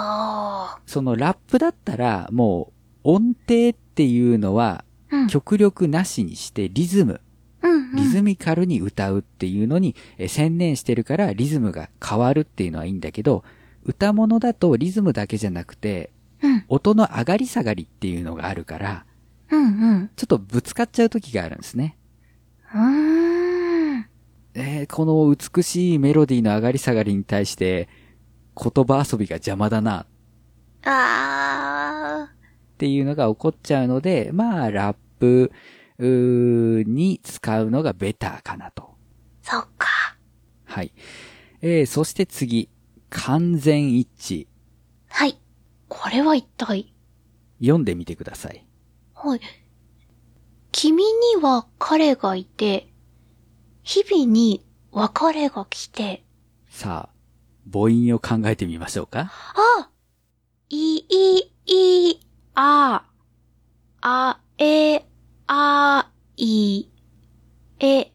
[SPEAKER 2] ー。
[SPEAKER 1] そのラップだったら、もう、音程っていうのは、
[SPEAKER 2] うん。
[SPEAKER 1] 極力なしにして、リズム、
[SPEAKER 2] うん、うん。
[SPEAKER 1] リズミカルに歌うっていうのに、えー専念してるから、リズムが変わるっていうのはいいんだけど、歌物だとリズムだけじゃなくて、
[SPEAKER 2] うん。
[SPEAKER 1] 音の上がり下がりっていうのがあるから、
[SPEAKER 2] うん
[SPEAKER 1] ちょっとぶつかっちゃう時があるんですね。
[SPEAKER 2] うん。うーん。
[SPEAKER 1] えーこの美しいメロディーの上がり下がりに対して、言葉遊びが邪魔だな
[SPEAKER 2] あ
[SPEAKER 1] っていうのが起こっちゃうので、まあ、ラップうーに使うのがベターかなと。
[SPEAKER 2] ー、そっか。
[SPEAKER 1] はい。えー、そして次。完全一致。
[SPEAKER 2] はい。これは一体、
[SPEAKER 1] 読んでみてください。
[SPEAKER 2] はい。君には彼がいて、日々に別れが来て、
[SPEAKER 1] さあ、母音を考えてみましょうか。
[SPEAKER 2] あい、い、い、あ、あ、え、あ、い、え、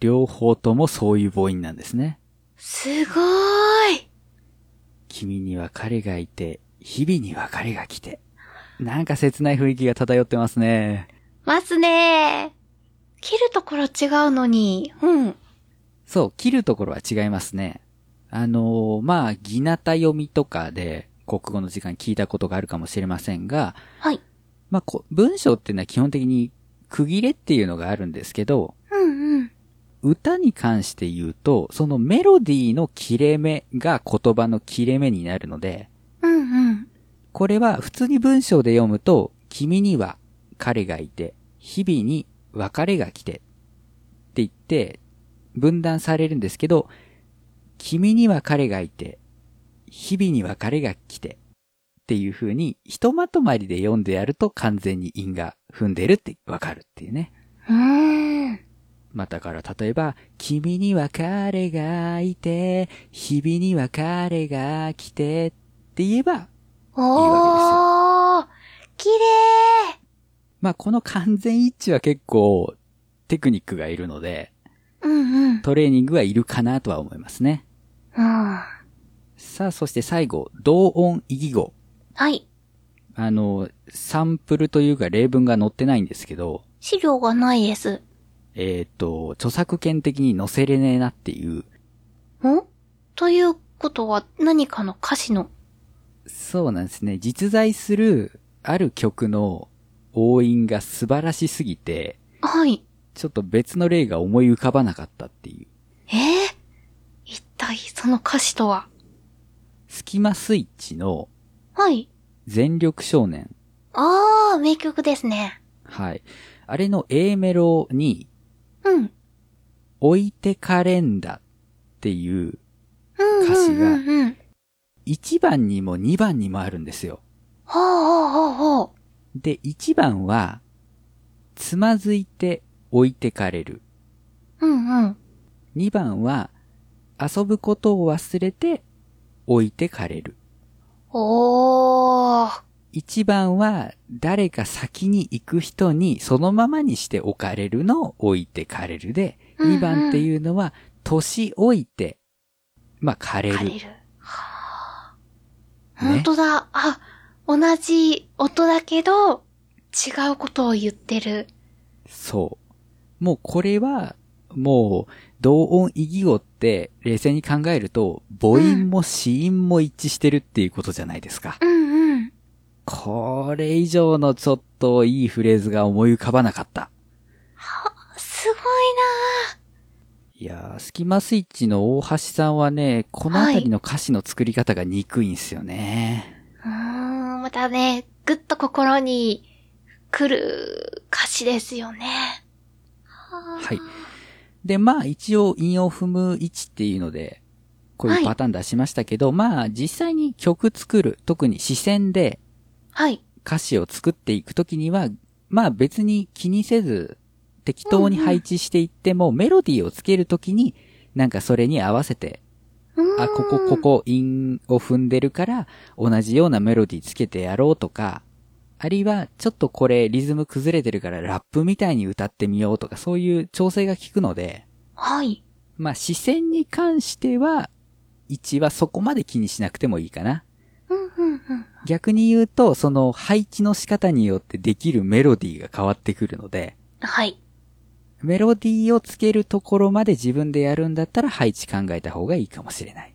[SPEAKER 1] 両方ともそういう母音なんですね。
[SPEAKER 2] すごーい。
[SPEAKER 1] 君には彼がいて、日々には彼が来て。なんか切ない雰囲気が漂ってますね。
[SPEAKER 2] ますねー。切るところ違うのに、うん。
[SPEAKER 1] そう、切るところは違いますね。あのーまあ、ギナタ読みとかで、国語の時間聞いたことがあるかもしれませんが、
[SPEAKER 2] はい。
[SPEAKER 1] まあ、こ文章っていうのは基本的に区切れっていうのがあるんですけど、
[SPEAKER 2] うんうん。
[SPEAKER 1] 歌に関して言うと、そのメロディーの切れ目が言葉の切れ目になるので、
[SPEAKER 2] うんうん。
[SPEAKER 1] これは普通に文章で読むと、君には彼がいて、日々に別れが来て、って言って、分断されるんですけど、君には彼がいて、日々に別れが来て、っていう風に、ひとまとまりで読んでやると完全に韻が踏んでるってわかるっていうね。
[SPEAKER 2] うーん。
[SPEAKER 1] まあ、だから例えば、君には彼がいて、日々には彼が来て、って言えば、
[SPEAKER 2] おー。綺麗
[SPEAKER 1] まあ、この完全一致は結構テクニックがいるので、
[SPEAKER 2] うんうん。
[SPEAKER 1] トレーニングはいるかなとは思いますね。
[SPEAKER 2] うん。
[SPEAKER 1] さあ、そして最後、同音異義語。
[SPEAKER 2] はい。
[SPEAKER 1] あの、サンプルというか例文が載ってないんですけど、
[SPEAKER 2] 資料がないです。
[SPEAKER 1] えっ、と、著作権的に載せれねえなっていう、
[SPEAKER 2] んということは何かの歌詞の。
[SPEAKER 1] そうなんですね。実在するある曲の応印が素晴らしすぎて、
[SPEAKER 2] はい。
[SPEAKER 1] ちょっと別の例が思い浮かばなかったっていう。
[SPEAKER 2] えー、一体その歌詞とは
[SPEAKER 1] スキマスイッチの
[SPEAKER 2] はい。
[SPEAKER 1] 全力少年。
[SPEAKER 2] あー、名曲ですね。
[SPEAKER 1] はい。あれの A メロに、
[SPEAKER 2] うん。
[SPEAKER 1] 置いてかれんだっていう、
[SPEAKER 2] うん、うん、
[SPEAKER 1] 歌詞が
[SPEAKER 2] うん、うん。
[SPEAKER 1] 1番にも2番にもあるんですよ。
[SPEAKER 2] ほうほうほうほう。
[SPEAKER 1] で、1番は、つまずいて置いてかれる。
[SPEAKER 2] うん、うん。
[SPEAKER 1] 2番は、遊ぶことを忘れて置いてかれる。
[SPEAKER 2] おー。
[SPEAKER 1] 1番は、誰か先に行く人にそのままにして置かれるのを置いてかれるで、
[SPEAKER 2] うんうん
[SPEAKER 1] 2番っていうのは、年老いて、まあ、かれる。
[SPEAKER 2] 借りる。はあ。
[SPEAKER 1] ね
[SPEAKER 2] 本当だ。あ、同じ音だけど、違うことを言ってる。
[SPEAKER 1] そう。もうこれは、もう、同音異義語って、冷静に考えると、母音も子音も一致してるっていうことじゃないですか。
[SPEAKER 2] うんうん。
[SPEAKER 1] これ以上のちょっといいフレーズが思い浮かばなかった。
[SPEAKER 2] すごい
[SPEAKER 1] いやー、スキマスイッチの大橋さんはね、このあたりの歌詞の作り方が憎いんすよね。
[SPEAKER 2] うーん、またね、ぐっと心に来る歌詞ですよね。はー
[SPEAKER 1] はいで、まあ一応韻を踏む位置っていうので、こういうパターン出しましたけど、まあ実際に曲作る、特に視線で
[SPEAKER 2] はい。
[SPEAKER 1] 歌詞を作っていくときには、まあ別に気にせず、適当に配置していっても、メロディーをつけるときに、なんかそれに合わせて、
[SPEAKER 2] うーん
[SPEAKER 1] あ、ここ、こ。こ、韻を踏んでるから、同じようなメロディーつけてやろうとか、あるいは、ちょっとこれ、リズム崩れてるから、ラップみたいに歌ってみようとか、そういう調整が効くので、
[SPEAKER 2] はい。
[SPEAKER 1] まあ、視線に関しては、1はそこまで気にしなくてもいいかな。
[SPEAKER 2] うん、うん、うん。
[SPEAKER 1] 逆に言うと、その配置の仕方によってできるメロディーが変わってくるので、
[SPEAKER 2] はい。
[SPEAKER 1] メロディーをつけるところまで自分でやるんだったら配置考えた方がいいかもしれない。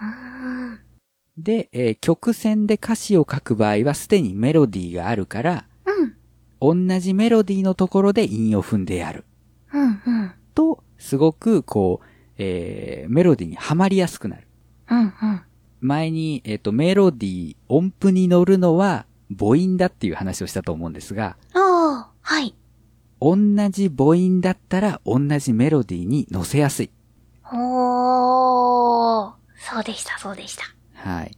[SPEAKER 2] うーん。
[SPEAKER 1] で、えー曲線で歌詞を書く場合はすでにメロディーがあるから、
[SPEAKER 2] うん。
[SPEAKER 1] 同じメロディーのところで韻を踏んでやる。
[SPEAKER 2] うん、うん。
[SPEAKER 1] と、すごくこう、えーメロディーにはまりやすくなる。
[SPEAKER 2] うん、うん。
[SPEAKER 1] 前に、えっ、と、メロディー、音符に乗るのは母音だっていう話をしたと思うんですが、
[SPEAKER 2] ああ、はい。
[SPEAKER 1] 同じ母音だったら同じメロディーに乗せやすい。
[SPEAKER 2] おー。そうでした、そうでした。
[SPEAKER 1] はい。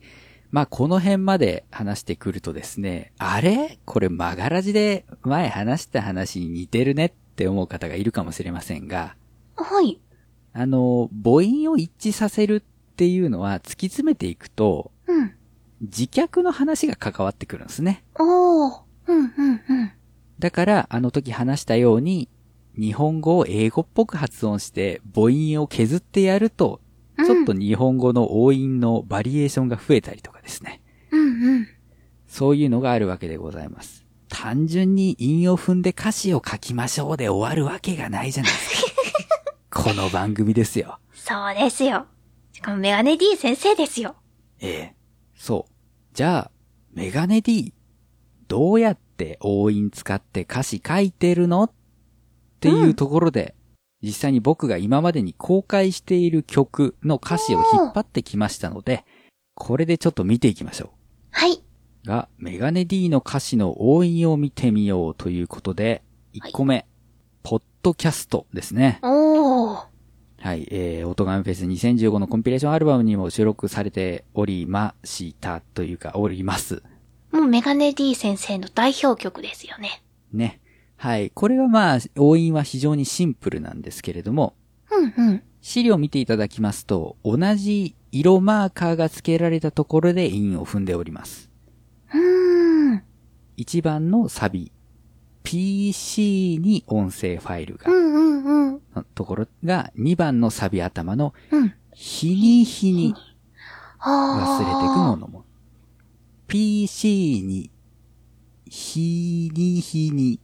[SPEAKER 1] まあ、この辺まで話してくるとですね、あれこれ曲がらじで前話した話に似てるねって思う方がいるかもしれませんが、
[SPEAKER 2] はい。
[SPEAKER 1] あの、母音を一致させるっていうのは突き詰めていくと、
[SPEAKER 2] うん。
[SPEAKER 1] 自脚の話が関わってくるんですね。
[SPEAKER 2] おー。うん、うん、うん。
[SPEAKER 1] だから、あの時話したように、日本語を英語っぽく発音して母音を削ってやると、
[SPEAKER 2] うん
[SPEAKER 1] ちょっと日本語の応音のバリエーションが増えたりとかですね。
[SPEAKER 2] うん、うん。
[SPEAKER 1] そういうのがあるわけでございます。単純に韻を踏んで歌詞を書きましょうで終わるわけがないじゃないですか。この番組ですよ。
[SPEAKER 2] そうですよ。しかもメガネ D 先生ですよ。
[SPEAKER 1] ええ。そう。じゃあ、メガネ D、どうやって応印使って歌詞書いてるのっていうところで、実際に僕が今までに公開している曲の歌詞を引っ張ってきましたので、これでちょっと見ていきましょ
[SPEAKER 2] はい。
[SPEAKER 1] う。が、メガネ D の歌詞の応印を見てみようということで、1個目、ポッドキャストですね。
[SPEAKER 2] おー。
[SPEAKER 1] はい、えー、オトガンフェス2015のコンピレーションアルバムにも収録されておりましたというか、おります。
[SPEAKER 2] もうメガネ D 先生の代表曲ですよね。
[SPEAKER 1] ね。はい。これはまあ、応印は非常にシンプルなんですけれども、
[SPEAKER 2] うんうん。
[SPEAKER 1] 資料を見ていただきますと、同じ色マーカーが付けられたところで印を踏んでおります。
[SPEAKER 2] うーん。
[SPEAKER 1] 1番のサビ、PC に音声ファイル
[SPEAKER 2] う
[SPEAKER 1] が、
[SPEAKER 2] んうんうん。
[SPEAKER 1] のところが、2番のサビ頭の、
[SPEAKER 2] うん。
[SPEAKER 1] 日に日に忘
[SPEAKER 2] あ
[SPEAKER 1] れていくものも。PC に、日に日に、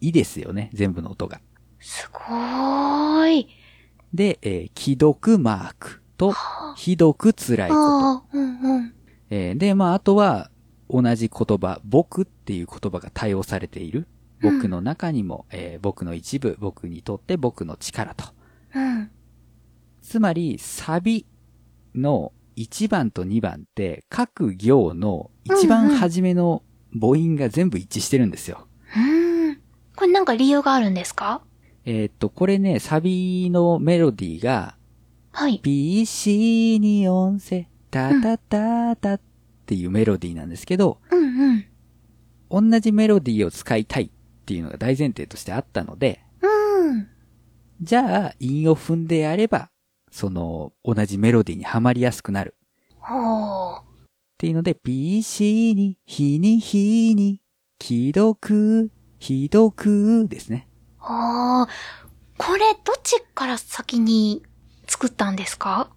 [SPEAKER 1] いいですよね、全部の音が。
[SPEAKER 2] すごーい。
[SPEAKER 1] で、えー既読マークと、
[SPEAKER 2] は
[SPEAKER 1] ひどく辛いこと。
[SPEAKER 2] ああ、うんうん。
[SPEAKER 1] えーで、まあ、あとは、同じ言葉、僕っていう言葉が対応されている。
[SPEAKER 2] うん
[SPEAKER 1] 僕の中にも、えー僕の一部、僕にとって僕の力と。
[SPEAKER 2] うん。
[SPEAKER 1] つまり、サビの1番と2番って、各行の一
[SPEAKER 2] うんう
[SPEAKER 1] 番
[SPEAKER 2] ん
[SPEAKER 1] 初めの母音が全部一致してるんですよ。
[SPEAKER 2] うん。これなんか理由があるんですか
[SPEAKER 1] えーっと、これね、サビのメロディーが、
[SPEAKER 2] はい。
[SPEAKER 1] PC に音声、タタタタっていうメロディーなんですけど、
[SPEAKER 2] うんうん。
[SPEAKER 1] 同じメロディーを使いたいっていうのが大前提としてあったので、
[SPEAKER 2] うん。
[SPEAKER 1] じゃあ、韻を踏んでやれば、その、同じメロディーにはまりやすくなる。
[SPEAKER 2] おー。
[SPEAKER 1] っていうので、PC に、日に日に、既読、ひどくですね。
[SPEAKER 2] おー。これ、どっちから先に作ったんですか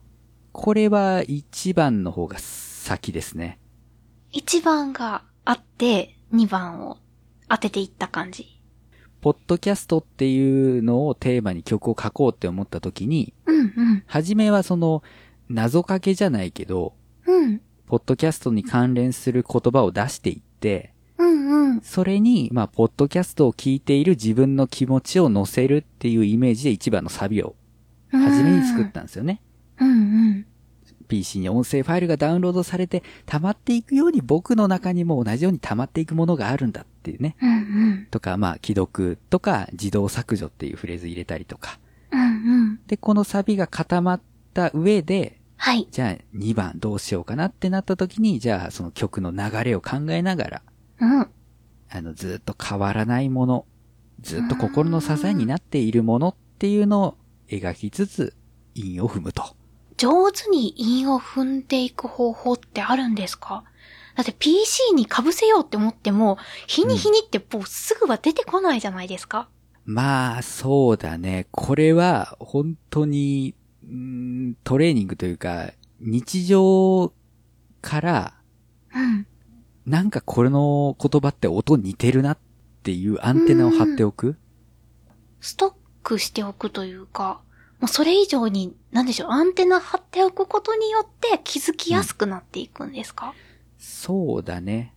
[SPEAKER 1] これは1番の方が先ですね。
[SPEAKER 2] 一番があって、二番を当てていった感じ。
[SPEAKER 1] ポッドキャストっていうのをテーマに曲を書こうって思った時に、
[SPEAKER 2] うんうん。
[SPEAKER 1] 初めはその、謎かけじゃないけど、
[SPEAKER 2] うん。
[SPEAKER 1] ポッドキャストに関連する言葉を出していって、
[SPEAKER 2] うんうん。
[SPEAKER 1] それに、まあ、ポッドキャストを聞いている自分の気持ちを乗せるっていうイメージで1番のサビを
[SPEAKER 2] うん
[SPEAKER 1] 初めに作ったんですよね。
[SPEAKER 2] うんうん。
[SPEAKER 1] PC に音声ファイルがダウンロードされて溜まっていくように僕の中にも同じように溜まっていくものがあるんだっていうね。
[SPEAKER 2] うんうん。
[SPEAKER 1] とか、まあ、既読とか自動削除っていうフレーズ入れたりとか。
[SPEAKER 2] うんうん。
[SPEAKER 1] で、このサビが固まった上で、
[SPEAKER 2] はい。
[SPEAKER 1] じゃあ2番どうしようかなってなった時に、じゃあその曲の流れを考えながら、
[SPEAKER 2] うん。
[SPEAKER 1] あの、ずっと変わらないもの、ずっと心の支えになっているものっていうのを描きつつ、韻を踏むと。
[SPEAKER 2] 上手に韻を踏んでいく方法ってあるんですかだって PC に被せようって思っても、日に日にってもうすぐは出てこないじゃないですか。
[SPEAKER 1] まあ、そうだね。これは、本当に、うーんトレーニングというか、日常から、
[SPEAKER 2] うん。
[SPEAKER 1] なんかこれの言葉って音似てるなっていうアンテナを張っておく。
[SPEAKER 2] ストックしておくというか、もうそれ以上に、なんでしょう、アンテナ張っておくことによって気づきやすくなっていくんですか、
[SPEAKER 1] そうだね。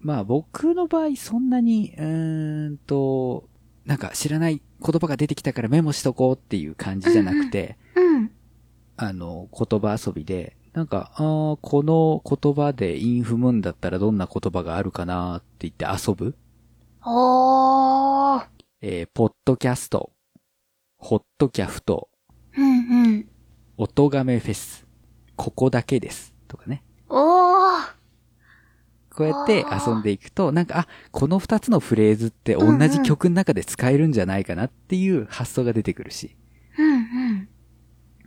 [SPEAKER 1] まあ僕の場合そんなに、うーんと、なんか知らない言葉が出てきたからメモしとこうっていう感じじゃなくて、
[SPEAKER 2] うん、
[SPEAKER 1] あの、言葉遊びで、なんか、あーこの言葉でインフムんだったらどんな言葉があるかなって言って遊ぶ。
[SPEAKER 2] おー。
[SPEAKER 1] えーポッドキャスト、ホットキャフト、
[SPEAKER 2] うんうん。
[SPEAKER 1] 音亀フェス、ここだけです。とかね。
[SPEAKER 2] おー。
[SPEAKER 1] こうやって
[SPEAKER 2] あー
[SPEAKER 1] 遊んでいくと、なんか、あ、この二つのフレーズって同じ曲の中で使えるんじゃないかなっていう発想が出てくるし。
[SPEAKER 2] うんうん。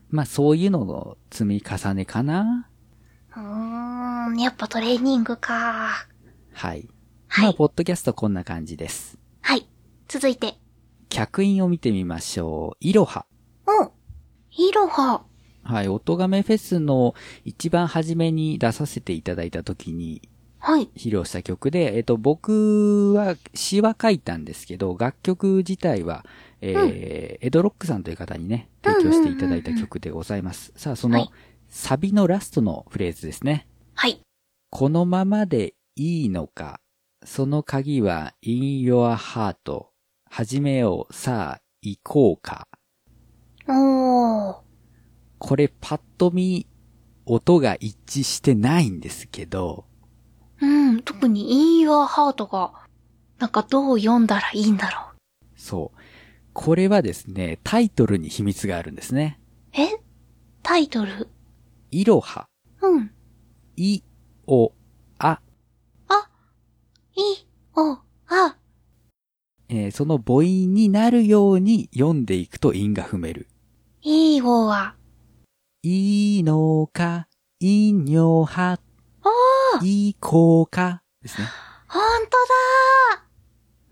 [SPEAKER 1] まあそういうのの積み重ねかな。
[SPEAKER 2] うーん、やっぱトレーニングか。
[SPEAKER 1] はい。
[SPEAKER 2] はい
[SPEAKER 1] まあ、ポッドキャストこんな感じです。
[SPEAKER 2] はい。続いて。
[SPEAKER 1] 客員を見てみましょう。いろは。
[SPEAKER 2] おいろは。
[SPEAKER 1] はい、音亀フェスの一番初めに出させていただいた時に
[SPEAKER 2] はい。
[SPEAKER 1] 披露した曲で、えっと、僕は詩は書いたんですけど、楽曲自体は、えー
[SPEAKER 2] う
[SPEAKER 1] エドロックさんという方にね、提供していただいた曲でございます。さあ、その、
[SPEAKER 2] はい
[SPEAKER 1] サビのラストのフレーズですね。
[SPEAKER 2] はい。
[SPEAKER 1] このままでいいのか、その鍵は in your heart。始めよう、さあ、行こうか。
[SPEAKER 2] おー。
[SPEAKER 1] これパッと見、音が一致してないんですけど、
[SPEAKER 2] うん。特に In Your Heart が、なんかどう読んだらいいんだろう。
[SPEAKER 1] そう。これはですね、タイトルに秘密があるんですね。
[SPEAKER 2] えタイトル。
[SPEAKER 1] いろは、
[SPEAKER 2] うん。
[SPEAKER 1] い、お、あ、
[SPEAKER 2] い、お、あ。
[SPEAKER 1] えーその母音になるように読んでいくと韻が踏める。
[SPEAKER 2] いいおあ。
[SPEAKER 1] いいのか、いんよは、いこうか、ですね。
[SPEAKER 2] ほんと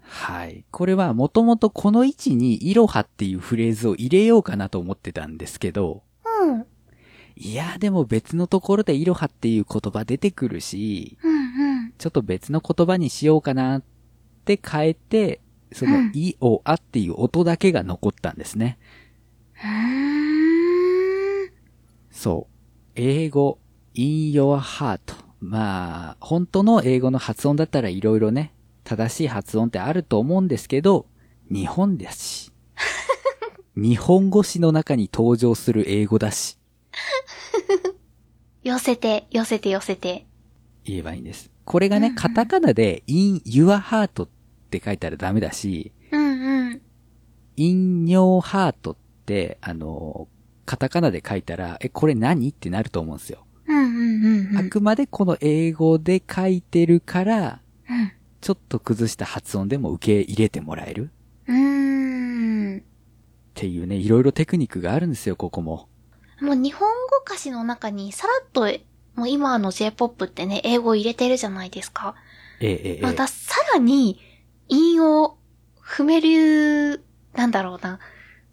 [SPEAKER 1] はい。これはもともとこの位置にいろはっていうフレーズを入れようかなと思ってたんですけど、
[SPEAKER 2] だうん。
[SPEAKER 1] いや、でも別のところでいろはっていう言葉出てくるし、
[SPEAKER 2] うんうん。
[SPEAKER 1] ちょっと別の言葉にしようかなって変えて、そうの
[SPEAKER 2] ん、
[SPEAKER 1] い、お、あっていう音だけが残ったんですね。
[SPEAKER 2] うーん。
[SPEAKER 1] そう。英語、in your heart。まあ、本当の英語の発音だったらいろいろね、正しい発音ってあると思うんですけど、日本だし。日本語詞の中に登場する英語だし、
[SPEAKER 2] 寄せて、寄せて、寄せて。
[SPEAKER 1] 言えばいいんです。これが
[SPEAKER 2] うん
[SPEAKER 1] ね
[SPEAKER 2] う、ん
[SPEAKER 1] カタカナで in your heart って書いたらダメだし、
[SPEAKER 2] うんうん。
[SPEAKER 1] in your heart って、あの、カタカナで書いたら、え、これ何ってなると思うんですよ。
[SPEAKER 2] うんうんうんう
[SPEAKER 1] あ
[SPEAKER 2] ん。
[SPEAKER 1] くまでこの英語で書いてるから、
[SPEAKER 2] うん。
[SPEAKER 1] ちょっと崩した発音でも受け入れてもらえる
[SPEAKER 2] うーん。
[SPEAKER 1] っていうね、いろいろテクニックがあるんですよ、ここも。
[SPEAKER 2] もう日本語歌詞の中にさらっと、もう今の J-POP ってね、英語入れてるじゃないですか。
[SPEAKER 1] えええええ
[SPEAKER 2] ま
[SPEAKER 1] え
[SPEAKER 2] たさらに、韻を踏める、なんだろうな、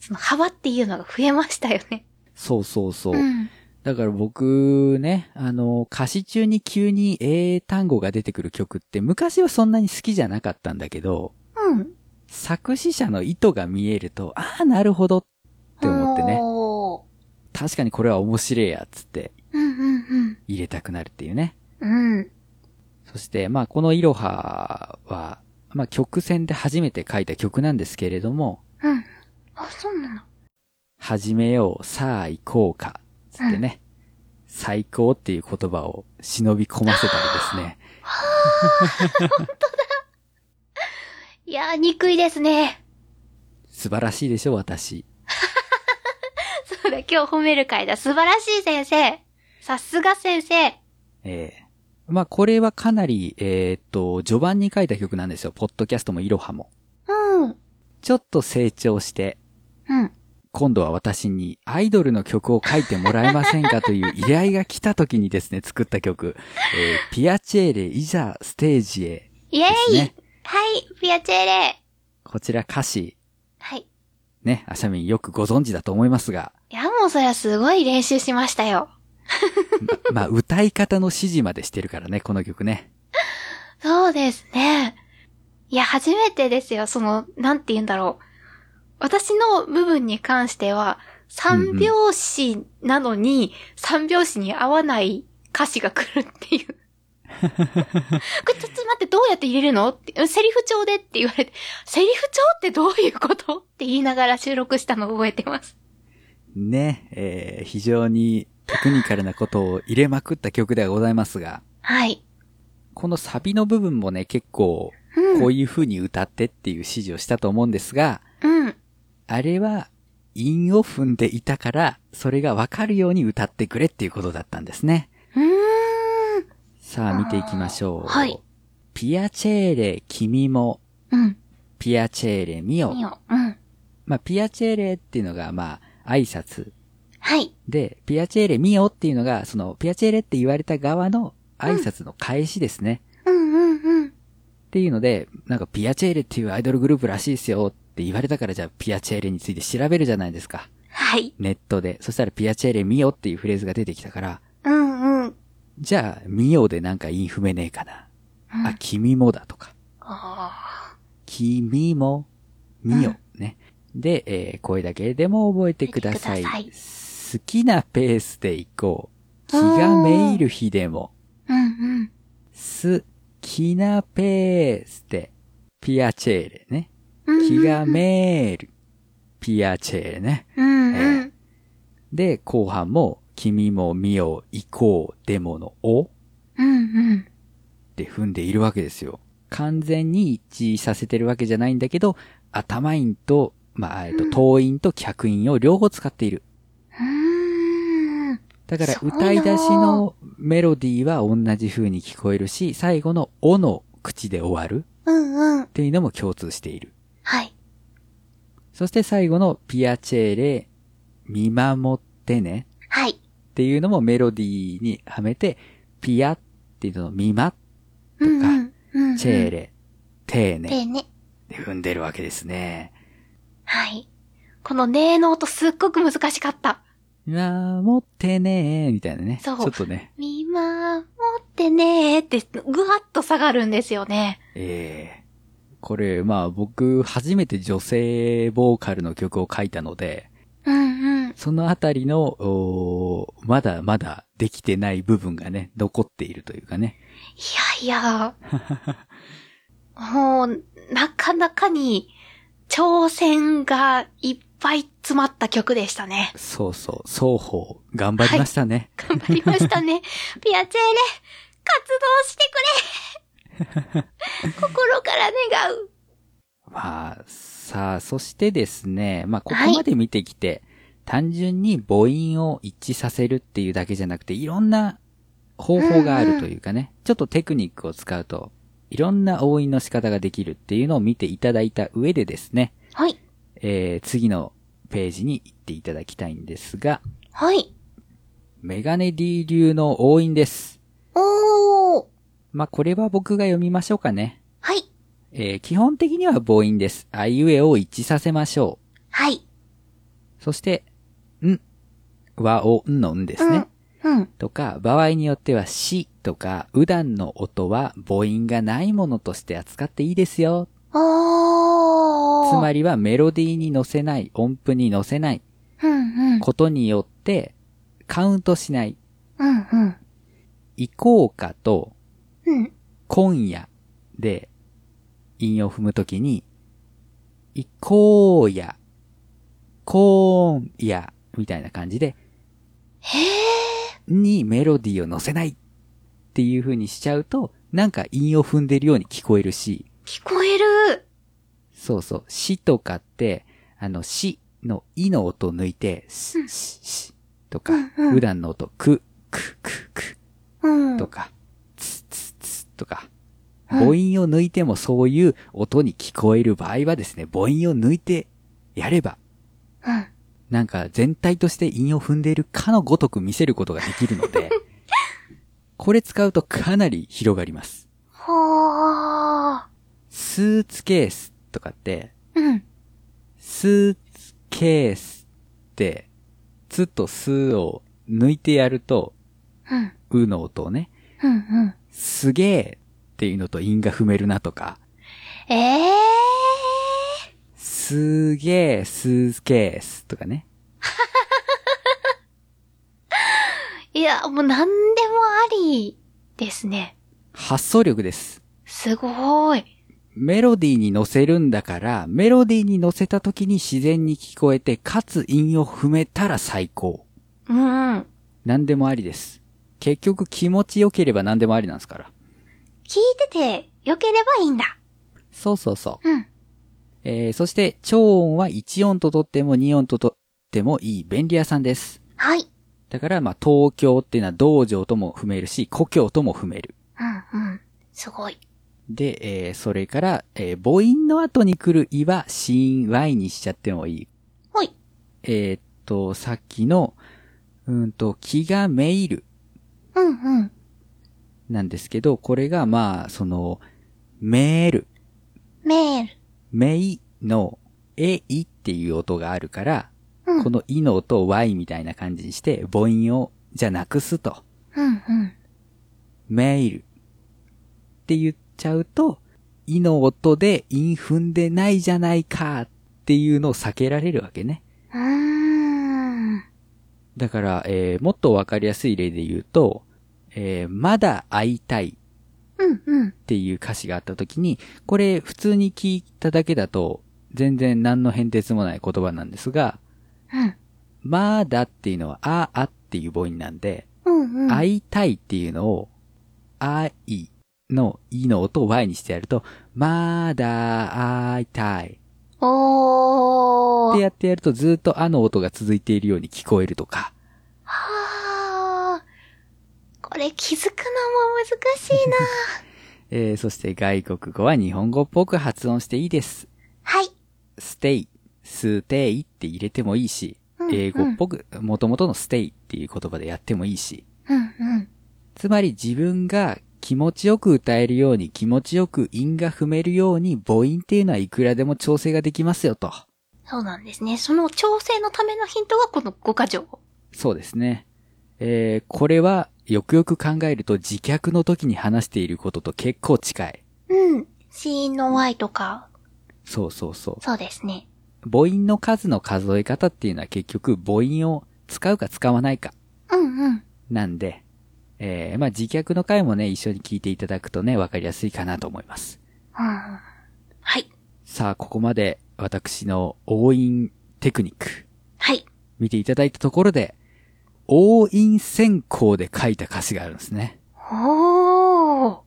[SPEAKER 2] その幅っていうのが増えましたよね。
[SPEAKER 1] そうそうそう。
[SPEAKER 2] うん。
[SPEAKER 1] だから僕ね、あの、歌詞中に急に英単語が出てくる曲って昔はそんなに好きじゃなかったんだけど、
[SPEAKER 2] うん。
[SPEAKER 1] 作詞者の意図が見えると、ああ、なるほどって思ってね、
[SPEAKER 2] おー
[SPEAKER 1] 確かにこれは面白いやっつって
[SPEAKER 2] うんうん
[SPEAKER 1] 入れたくなるっていうね。
[SPEAKER 2] うん。うん。
[SPEAKER 1] そして、まあこのイロハは、まあ曲線で初めて書いた曲なんですけれども、
[SPEAKER 2] うん。あ、そうなの。
[SPEAKER 1] 始めよう、さあ行こうか、つってね、最高っていう言葉を忍び込ませたりですね。
[SPEAKER 2] いやー、憎いですね。
[SPEAKER 1] 素晴らしいでしょ、私。
[SPEAKER 2] そうだ、今日褒める会だ。素晴らしい先生。さすが先生。
[SPEAKER 1] ええまあ、これはかなり、えーっと、序盤に書いた曲なんですよ。ポッドキャストもイロハも。
[SPEAKER 2] うん。
[SPEAKER 1] ちょっと成長して、
[SPEAKER 2] うん。
[SPEAKER 1] 今度は私にアイドルの曲を書いてもらえませんかという依頼が来た時にですね、作った曲、えーピアチェーレイジャーステージへ
[SPEAKER 2] イェ
[SPEAKER 1] です
[SPEAKER 2] イ、
[SPEAKER 1] ね。
[SPEAKER 2] はい、ピアチェーレ
[SPEAKER 1] こちら歌詞、
[SPEAKER 2] はい。
[SPEAKER 1] ね、アシャミンよくご存知だと思いますが、
[SPEAKER 2] いや、もうそりゃすごい練習しましたよ。
[SPEAKER 1] まあ歌い方の指示までしてるからね、この曲ね。
[SPEAKER 2] そうですね。いや、初めてですよ。その、なんて言うんだろう。私の部分に関しては、三拍子なのに、三拍子に合わない歌詞が来るっていう。これちょっと待って、どうやって入れるのって、セリフ帳でって言われて、セリフ帳ってどういうことって言いながら収録したのを覚えてます。
[SPEAKER 1] ね、えー非常にテクニカルなことを入れまくった曲ではございますが、
[SPEAKER 2] はい。
[SPEAKER 1] このサビの部分もね、結構
[SPEAKER 2] うん。
[SPEAKER 1] こういう風に歌ってっていう指示をしたと思うんですが、
[SPEAKER 2] うん。
[SPEAKER 1] あれは、韻を踏んでいたから、それがわかるように歌ってくれっていうことだったんですね。
[SPEAKER 2] うーん。
[SPEAKER 1] さあ、見ていきましょう。
[SPEAKER 2] あーはい
[SPEAKER 1] ピアチェーレ、君も、
[SPEAKER 2] うん。
[SPEAKER 1] ピアチェーレ、ミオ
[SPEAKER 2] いい。よ。うん。
[SPEAKER 1] まあ、ピアチェーレっていうのが、まあ、挨拶。
[SPEAKER 2] はい。
[SPEAKER 1] で、ピアチェーレ、ミオっていうのが、その、ピアチェーレって言われた側の挨拶の返しですね。
[SPEAKER 2] うんうんうん。
[SPEAKER 1] っていうので、なんか、ピアチェーレっていうアイドルグループらしいですよって言われたから、じゃあ、ピアチェーレについて調べるじゃないですか。
[SPEAKER 2] はい。
[SPEAKER 1] ネットで。そしたら、ピアチェーレ、ミオっていうフレーズが出てきたから、
[SPEAKER 2] うんうん。
[SPEAKER 1] じゃあ、みよでなんかインフメねえかな。
[SPEAKER 2] うん
[SPEAKER 1] あ、君もだとか。
[SPEAKER 2] あ
[SPEAKER 1] 君も、みよ、ね。で、えー声だけでも覚えてください。
[SPEAKER 2] 覚えてくだ
[SPEAKER 1] 好きなペースで行こう。気がめいる日でも、
[SPEAKER 2] ーうん
[SPEAKER 1] 好きなペースで、ピアチェーレね。
[SPEAKER 2] うん。
[SPEAKER 1] 気がめいる、ピアチェーレね。
[SPEAKER 2] うんう
[SPEAKER 1] え
[SPEAKER 2] ん。
[SPEAKER 1] で、後半も、君もみよ行こうでものを、
[SPEAKER 2] うんうん。
[SPEAKER 1] って踏んでいるわけですよ。完全に一致させてるわけじゃないんだけど、頭印と、まあ、えっと、頭印と脚印を両方使っている。
[SPEAKER 2] うーん。
[SPEAKER 1] だから、
[SPEAKER 2] そうよー
[SPEAKER 1] 歌い出しのメロディーは同じ風に聞こえるし、最後のおの口で終わるっ
[SPEAKER 2] うんうん。
[SPEAKER 1] ていうのも共通している。
[SPEAKER 2] はい。
[SPEAKER 1] そして最後のピアチェーレ、見守ってね
[SPEAKER 2] はい。
[SPEAKER 1] っていうのもメロディーにはめて、ピアっていうのを見ま、
[SPEAKER 2] うんうんうんうん。
[SPEAKER 1] チェー。レ、丁
[SPEAKER 2] で
[SPEAKER 1] 寧っ
[SPEAKER 2] ね。
[SPEAKER 1] て踏んでるわけですね。
[SPEAKER 2] はい。このねーの音すっごく難しかった。
[SPEAKER 1] 守ってねー、みたいなね。ち
[SPEAKER 2] そう
[SPEAKER 1] ょっとね、
[SPEAKER 2] 見守ってねーって、ぐわっと下がるんですよね。
[SPEAKER 1] ええこれ、まあ僕、初めて女性ボーカルの曲を書いたので、
[SPEAKER 2] うんうん。
[SPEAKER 1] そのあたりの、おーまだまだできてない部分がね、残っているというかね。
[SPEAKER 2] いやいや。もう、なかなかに、挑戦がいっぱい詰まった曲でしたね。
[SPEAKER 1] そうそう、双方、頑張りましたね。
[SPEAKER 2] 頑張りました ね。ピアチェーレ、活動して くれ心から願う。
[SPEAKER 1] まあ、さあ、そしてですね、まあここまで見てきて、単純に母音を一致させるっていうだけじゃなくて、いろんな方法があるというかね、ちょっとテクニックを使うと、いろんな応印の仕方ができるっていうのを見ていただいた上でですね、
[SPEAKER 2] はい。
[SPEAKER 1] えー、次のページに行っていただきたいんですが、
[SPEAKER 2] はい。
[SPEAKER 1] メガネ D 流の応印です。
[SPEAKER 2] おー。
[SPEAKER 1] まあこれは僕が読みましょうかね。
[SPEAKER 2] はい。
[SPEAKER 1] えー、基本的には母音です。あいうえを一致させましょう。
[SPEAKER 2] はい。
[SPEAKER 1] そして、んはおんのんですね。
[SPEAKER 2] うん。うん。
[SPEAKER 1] とか、場合によってはしとか、うだんの音は母音がないものとして扱っていいですよ。
[SPEAKER 2] おー。
[SPEAKER 1] つま
[SPEAKER 2] り。
[SPEAKER 1] りはメロディーに乗せない、音符に乗せない
[SPEAKER 2] うんうん。
[SPEAKER 1] ことによって、カウントしない。
[SPEAKER 2] うんうん。
[SPEAKER 1] 行こうかと、
[SPEAKER 2] うん。
[SPEAKER 1] 今夜で、韻を踏むときに、行こうやコーン、いや、みたいな感じで、
[SPEAKER 2] へ
[SPEAKER 1] にメロディーを乗せないっていう風にしちゃうと、なんか韻を踏んでるように聞こえるし、
[SPEAKER 2] 聞こえる。
[SPEAKER 1] そうそう、しとかって、あの、しのいの音を抜いて、す
[SPEAKER 2] うん、
[SPEAKER 1] し、しとか
[SPEAKER 2] うん、うん
[SPEAKER 1] 普段の音、く、く、く、く
[SPEAKER 2] うん。
[SPEAKER 1] とか、つ、つ、つとか、
[SPEAKER 2] うん
[SPEAKER 1] 母音を抜いてもそういう音に聞こえる場合はですね、母音を抜いてやれば、
[SPEAKER 2] うん。
[SPEAKER 1] なんか全体として韻を踏んでいるかのごとく見せることができるので、これ使うとかなり広がります。
[SPEAKER 2] ほー。
[SPEAKER 1] スーツケースとかって、
[SPEAKER 2] うん。
[SPEAKER 1] スーツケースって、つとすを抜いてやると、
[SPEAKER 2] うん。
[SPEAKER 1] うの音をね、
[SPEAKER 2] うん。うん。
[SPEAKER 1] すげえっていうのと韻が踏めるなとか、
[SPEAKER 2] ええ
[SPEAKER 1] すげえ、スーツケースとかね。
[SPEAKER 2] ー。いや、もう何でもありですね。
[SPEAKER 1] 発想力です。
[SPEAKER 2] すごーい。
[SPEAKER 1] メロディーに乗せるんだから、メロディーに乗せた時に自然に聞こえて、かつ韻を踏めたら最高。
[SPEAKER 2] うん。
[SPEAKER 1] 何でもありです。結局気持ち良ければ何でもありなんですから。
[SPEAKER 2] 聞いてて良ければいいんだ。
[SPEAKER 1] そうそうそう。
[SPEAKER 2] うん。
[SPEAKER 1] えー、そして、超音は1音ととっても2音ととってもいい便利屋さんです。
[SPEAKER 2] はい。
[SPEAKER 1] だから、まあ、東京っていうのは道場とも踏めるし、故郷とも踏める。
[SPEAKER 2] うんうん。すごい。
[SPEAKER 1] で、えー、それから、えー、母音の後に来るいは、子音 y にしちゃってもいい。
[SPEAKER 2] ほい。
[SPEAKER 1] えー、っと、さっきの、うーんと、気がめいる
[SPEAKER 2] うんうん。
[SPEAKER 1] なんですけど、これが、まあ、その、メール、
[SPEAKER 2] メール。
[SPEAKER 1] めいの、えいっていう音があるから、
[SPEAKER 2] うん。
[SPEAKER 1] このいの音を y みたいな感じにして、母音を、じゃなくすと、
[SPEAKER 2] うんうん。
[SPEAKER 1] メールって言っちゃうと、いの音で韻踏んでないじゃないかっていうのを避けられるわけね。
[SPEAKER 2] うーん。
[SPEAKER 1] だから、えーもっとわかりやすい例で言うと、えーまだ会いたい
[SPEAKER 2] うんうん。
[SPEAKER 1] っていう歌詞があった時に、これ普通に聞いただけだと、全然何の変哲もない言葉なんですが、
[SPEAKER 2] うん。
[SPEAKER 1] まだっていうのは、あ、あっていう母音なんで、
[SPEAKER 2] うんうん。
[SPEAKER 1] 会いたいっていうのを、あいの、いの音を y にしてやると、まだ会いたい
[SPEAKER 2] お
[SPEAKER 1] って
[SPEAKER 2] ー。
[SPEAKER 1] やってやるとずっとあの音が続いているように聞こえるとか、
[SPEAKER 2] はー。これ気づくのも難 しいな。
[SPEAKER 1] えー、そして外国語は日本語っぽく発音していいです。
[SPEAKER 2] はい。
[SPEAKER 1] ステイ、ステイって入れてもいいし、
[SPEAKER 2] うん
[SPEAKER 1] 英語っぽく、元々のステイっていう言葉でやってもいいし、
[SPEAKER 2] うんうん。
[SPEAKER 1] つまり自分が気持ちよく歌えるように気持ちよく韻が踏めるように母音っていうのはいくらでも調整ができますよと。
[SPEAKER 2] そうなんですね。その調整のためのヒントがこの5箇条。
[SPEAKER 1] そうですね。えー、これはよくよく考えると自虐の時に話していることと結構近い。
[SPEAKER 2] うん。死因の Y とか、
[SPEAKER 1] そうそうそう。
[SPEAKER 2] そうですね。
[SPEAKER 1] 母音の数の数え方っていうのは結局母音を使うか使わないか
[SPEAKER 2] うんうん。
[SPEAKER 1] なんで、えー、まあ自虐の回もね、一緒に聞いていただくとね、わかりやすいかなと思います。
[SPEAKER 2] うん。はい。
[SPEAKER 1] さあ、ここまで私の応印テクニック
[SPEAKER 2] はい。
[SPEAKER 1] 見ていただいたところで、応印選考で書いた歌詞があるんですね。
[SPEAKER 2] おー。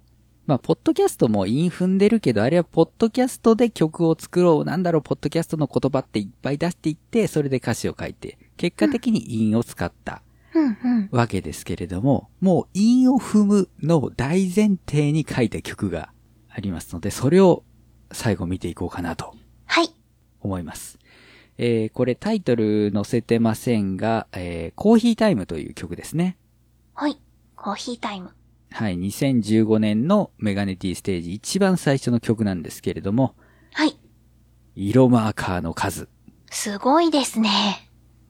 [SPEAKER 1] まあ、ポッドキャストも韻踏んでるけど、あれはポッドキャストで曲を作ろう、なんだろう、ポッドキャストの言葉っていっぱい出していって、それで歌詞を書いて、結果的に韻を使った
[SPEAKER 2] うんうん。
[SPEAKER 1] わけですけれども、もう韻を踏むの大前提に書いた曲がありますので、それを最後見ていこうかなと
[SPEAKER 2] はい。
[SPEAKER 1] 思います。えー、これタイトル載せてませんが、えー、コーヒータイムという曲ですね。
[SPEAKER 2] はい。コーヒータイム。
[SPEAKER 1] はい、2015年のメガネティステージ一番最初の曲なんですけれども、
[SPEAKER 2] はい。
[SPEAKER 1] 色マーカーの数。
[SPEAKER 2] すごいですね。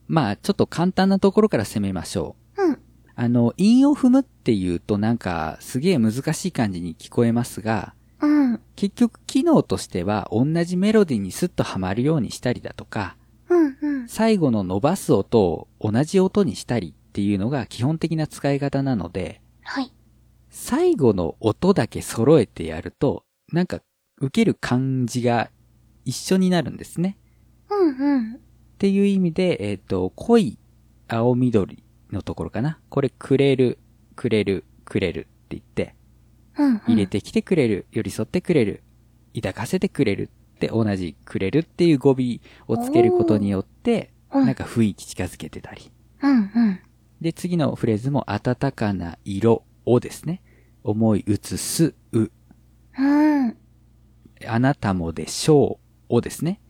[SPEAKER 1] まあ、ちょっと簡単なところから攻めましょう。
[SPEAKER 2] うん。
[SPEAKER 1] あの、韻を踏むっていうとなんか、すげえ難しい感じに聞こえますが、
[SPEAKER 2] うん。
[SPEAKER 1] 結局機能としては同じメロディーにスッとはまるようにしたりだとか、
[SPEAKER 2] うんうん。
[SPEAKER 1] 最後の伸ばす音を同じ音にしたりっていうのが基本的な使い方なので、
[SPEAKER 2] はい。
[SPEAKER 1] 最後の音だけ揃えてやると、なんか受ける感じが一緒になるんですね。
[SPEAKER 2] うんうん。
[SPEAKER 1] っていう意味で、えっ、と、濃い青緑のところかな。これ、くれる、くれる、くれるって言って、
[SPEAKER 2] うん、うん。
[SPEAKER 1] 入れてきてくれる、寄り添ってくれる、抱かせてくれるって同じくれるっていう語尾をつけることによって、
[SPEAKER 2] うん
[SPEAKER 1] なんか雰囲気近づけてたり。
[SPEAKER 2] うん、うん。
[SPEAKER 1] で、次のフレーズも、温かな色をですね、思い移す、う、
[SPEAKER 2] うん。
[SPEAKER 1] あなたもでしょうをですね、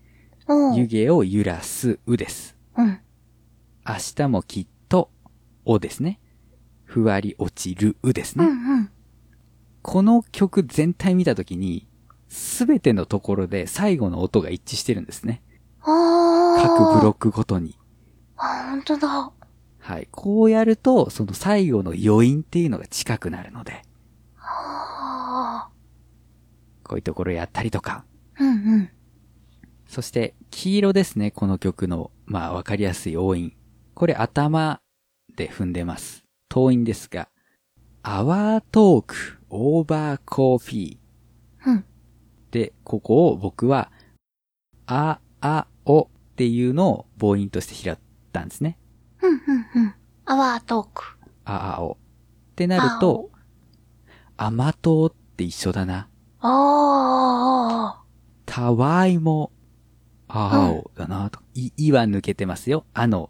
[SPEAKER 2] お
[SPEAKER 1] 湯
[SPEAKER 2] う。
[SPEAKER 1] 気を揺らす、うです。
[SPEAKER 2] うん。
[SPEAKER 1] 明日もきっと、をですね、ふわり落ちる、うです
[SPEAKER 2] う
[SPEAKER 1] ね。
[SPEAKER 2] ん、うん。
[SPEAKER 1] この曲全体見たときに、すべてのところで最後の音が一致してるんですね。
[SPEAKER 2] ああ。
[SPEAKER 1] 各ブロ
[SPEAKER 2] ック。
[SPEAKER 1] ックごとに。
[SPEAKER 2] あ、ほんとだ。
[SPEAKER 1] はい。こうやると、その最後の余韻っていうのが近くなるので、
[SPEAKER 2] ああ。
[SPEAKER 1] こういうところやったりとか。
[SPEAKER 2] うん、うん。
[SPEAKER 1] そして、黄色ですね、この曲の、まあ、わかりやすい音韻。これ頭で踏んでます。遠音ですが、アワートーク、オーバーコーヒー。
[SPEAKER 2] うん
[SPEAKER 1] で、ここを僕は、あ、あ、おっていうのを母音として拾ったんですね。
[SPEAKER 2] うん、うん、うん。アワートーク。
[SPEAKER 1] あ、あ、お。ってなると、甘党って一緒だな。
[SPEAKER 2] あ
[SPEAKER 1] たわいも、あおだなと。い、いは抜けてますよ。あの、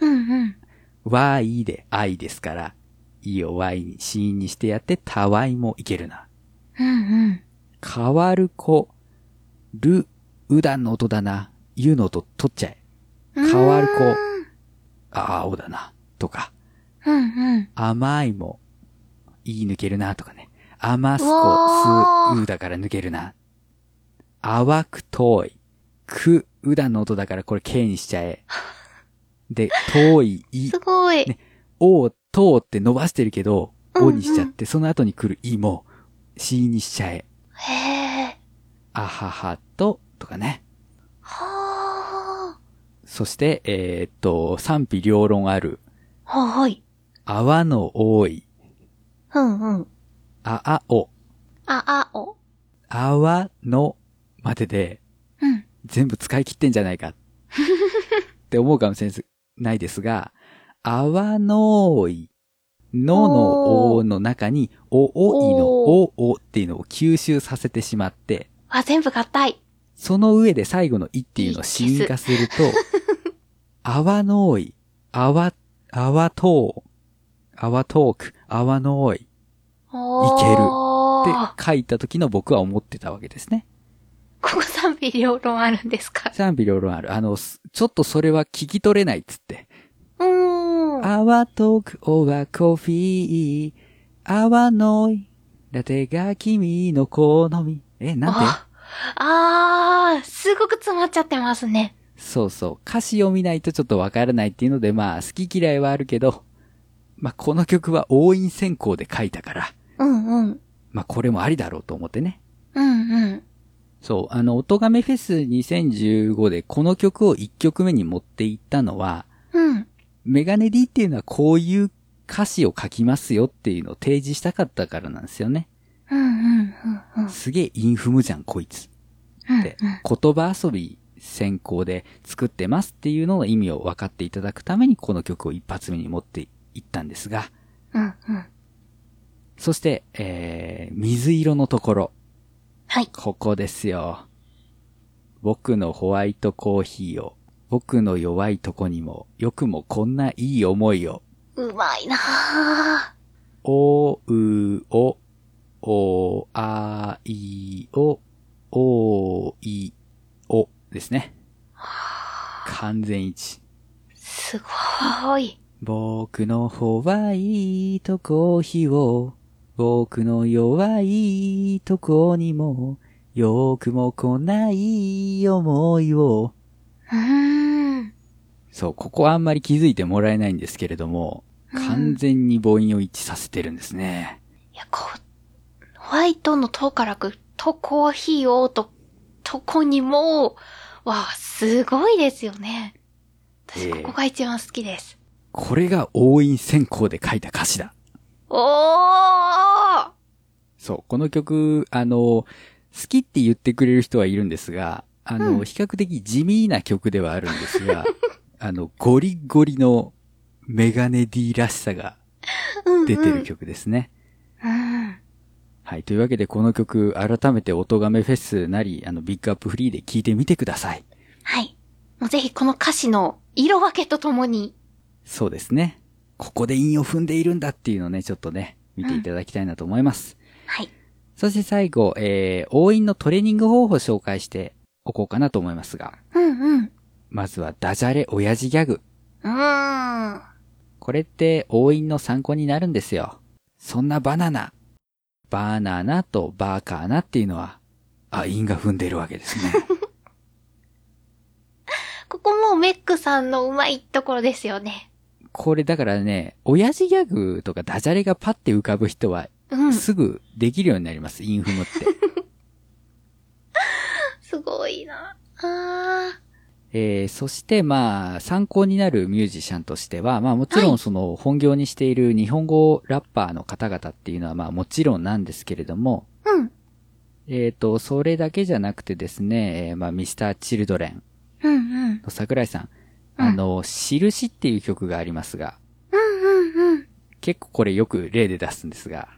[SPEAKER 2] あ。うん、うん。
[SPEAKER 1] わいで愛ですから、いをわいに、死因にしてやって、たわいもいけるな。
[SPEAKER 2] うん、うん。
[SPEAKER 1] 変わる子、る、うだんの音だな。ゆの音取っちゃえ。変わる子ああおだな。とか、
[SPEAKER 2] うん、うん。
[SPEAKER 1] 甘いも、いい抜けるな。とかね。甘す
[SPEAKER 2] うわ
[SPEAKER 1] こ、
[SPEAKER 2] ー
[SPEAKER 1] す、うだから抜けるな。淡く遠い、く、うだんの音だからこれ、けにしちゃえ。で、遠い、い
[SPEAKER 2] す、ごい。
[SPEAKER 1] ねおを、とうって伸ばしてるけど、
[SPEAKER 2] うんう
[SPEAKER 1] お
[SPEAKER 2] ん
[SPEAKER 1] にしちゃって、その後に来るいも、しにしちゃえ、
[SPEAKER 2] へえ。
[SPEAKER 1] あははと、とかね。
[SPEAKER 2] は
[SPEAKER 1] そして、えーっと、賛否両論ある、
[SPEAKER 2] あ。はい。
[SPEAKER 1] 泡の多い、
[SPEAKER 2] うん、うん。
[SPEAKER 1] ああお、
[SPEAKER 2] あ、あ、お。
[SPEAKER 1] 泡の、までで、
[SPEAKER 2] うん。
[SPEAKER 1] 全部使い切ってんじゃないか。 って思うかもしれないですが、泡の多い、ののおの中に、おおいのおおっていうのを吸収させてしまって、
[SPEAKER 2] あ、全部合体。
[SPEAKER 1] その上で最後の「い」っていうのを死因化すると、泡の多い、泡、泡とう、泡トーク、泡の多い
[SPEAKER 2] お
[SPEAKER 1] いける
[SPEAKER 2] る。
[SPEAKER 1] って書いた時の僕は思ってたわけですね。
[SPEAKER 2] ここ賛否両論あるんですか
[SPEAKER 1] 賛否両論ある。あの、すちょっとそれは聞き取れないっつって。
[SPEAKER 2] うーん。
[SPEAKER 1] 泡トーク、オーバーコーヒー、泡の多い、ラテが君の好み。え、なんて
[SPEAKER 2] ああー、すごく詰まっちゃってますね。
[SPEAKER 1] そうそう。歌詞読みないとちょっとわからないっていうので、まあ、好き嫌いはあるけど、まあ、この曲は応印選考で書いたから、
[SPEAKER 2] うんうん。
[SPEAKER 1] まあ、これもありだろうと思ってね。
[SPEAKER 2] うんうん。
[SPEAKER 1] そう、あの、音亀フェス2015でこの曲を1曲目に持っていったのは、
[SPEAKER 2] うん。
[SPEAKER 1] メガネ D っていうのはこういう歌詞を書きますよっていうのを提示したかったからなんですよね。
[SPEAKER 2] うんうんうんうん。
[SPEAKER 1] すげえインフムじゃん、こいつ。って、言葉遊び先行で作ってますっていうのの意味を分かっていただくためにこの曲を一発目に持っていったんですが、
[SPEAKER 2] うんうん。
[SPEAKER 1] そして、えー、水色のところ、
[SPEAKER 2] はい。
[SPEAKER 1] ここですよ。僕のホワイトコーヒーを、僕の弱いとこにも、よくもこんないい思いを、
[SPEAKER 2] うまいなあ
[SPEAKER 1] おうお、おあいお、おいおですね。完全一致。
[SPEAKER 2] すごい。
[SPEAKER 1] 僕のホワイトコーヒーを、僕の弱いとこにも、よくも来ない思いを。
[SPEAKER 2] うーん。
[SPEAKER 1] そう、ここはあんまり気づいてもらえないんですけれども、
[SPEAKER 2] うん
[SPEAKER 1] 完全に母音を一致させてるんですね。
[SPEAKER 2] いや、こう、ホワイトのとからく、とコーヒーをと、とこにも、わあ、すごいですよね。
[SPEAKER 1] え
[SPEAKER 2] 私、
[SPEAKER 1] え
[SPEAKER 2] ここが一番好きです。
[SPEAKER 1] これが応印選考で書いた歌詞だ。
[SPEAKER 2] おー
[SPEAKER 1] そう、この曲、あの、好きって言ってくれる人はいるんですが、あの、
[SPEAKER 2] うん
[SPEAKER 1] 比較的地味な曲ではあるんです が、あの、ゴリゴリのメガネ D らしさが
[SPEAKER 2] うん
[SPEAKER 1] 出てる曲ですね。
[SPEAKER 2] うん。
[SPEAKER 1] はい。というわけで、この曲、改めて音亀フェスなり、あの、ビッグアップフリーで聴いてみてください。
[SPEAKER 2] はい。もうぜひこの歌詞の色分けとともに。
[SPEAKER 1] そうですね。ここで韻を踏んでいるんだっていうのをね、ちょっとね、見ていただきたいなと思います。
[SPEAKER 2] はい。
[SPEAKER 1] そして最後、えー、応印のトレーニング方法を紹介しておこうかなと思いますが、
[SPEAKER 2] うんうん。う
[SPEAKER 1] まずはダジャレ親父ギャグ。
[SPEAKER 2] ーん。
[SPEAKER 1] これって応印の参考になるんですよ。そんなバナナ。バナナとバーカーナっていうのは、あ、韻が踏んでるわけです ね。
[SPEAKER 2] ここもメックさんのうまいところですよね。
[SPEAKER 1] これだからね、親父ギャグとかダジャレがパッて浮かぶ人は、
[SPEAKER 2] うん。す
[SPEAKER 1] すぐできるようになります、韻踏むって。
[SPEAKER 2] ごいな。あ
[SPEAKER 1] えーそして、まあ、参考になるミュージシャンとしては、まあもちろ
[SPEAKER 2] は
[SPEAKER 1] んその本業にしている日本語ラッパーの方々っていうのはまあもちろんなんですけれども、
[SPEAKER 2] ー。うん。
[SPEAKER 1] えっ、と、それだけじゃなくてですね、えーまあミスター・チルドレン
[SPEAKER 2] うんうん。
[SPEAKER 1] の桜井さん、
[SPEAKER 2] うん
[SPEAKER 1] あの、印っていう曲がありますが、
[SPEAKER 2] うんうんうん。
[SPEAKER 1] 結構これよく例で出すんですが、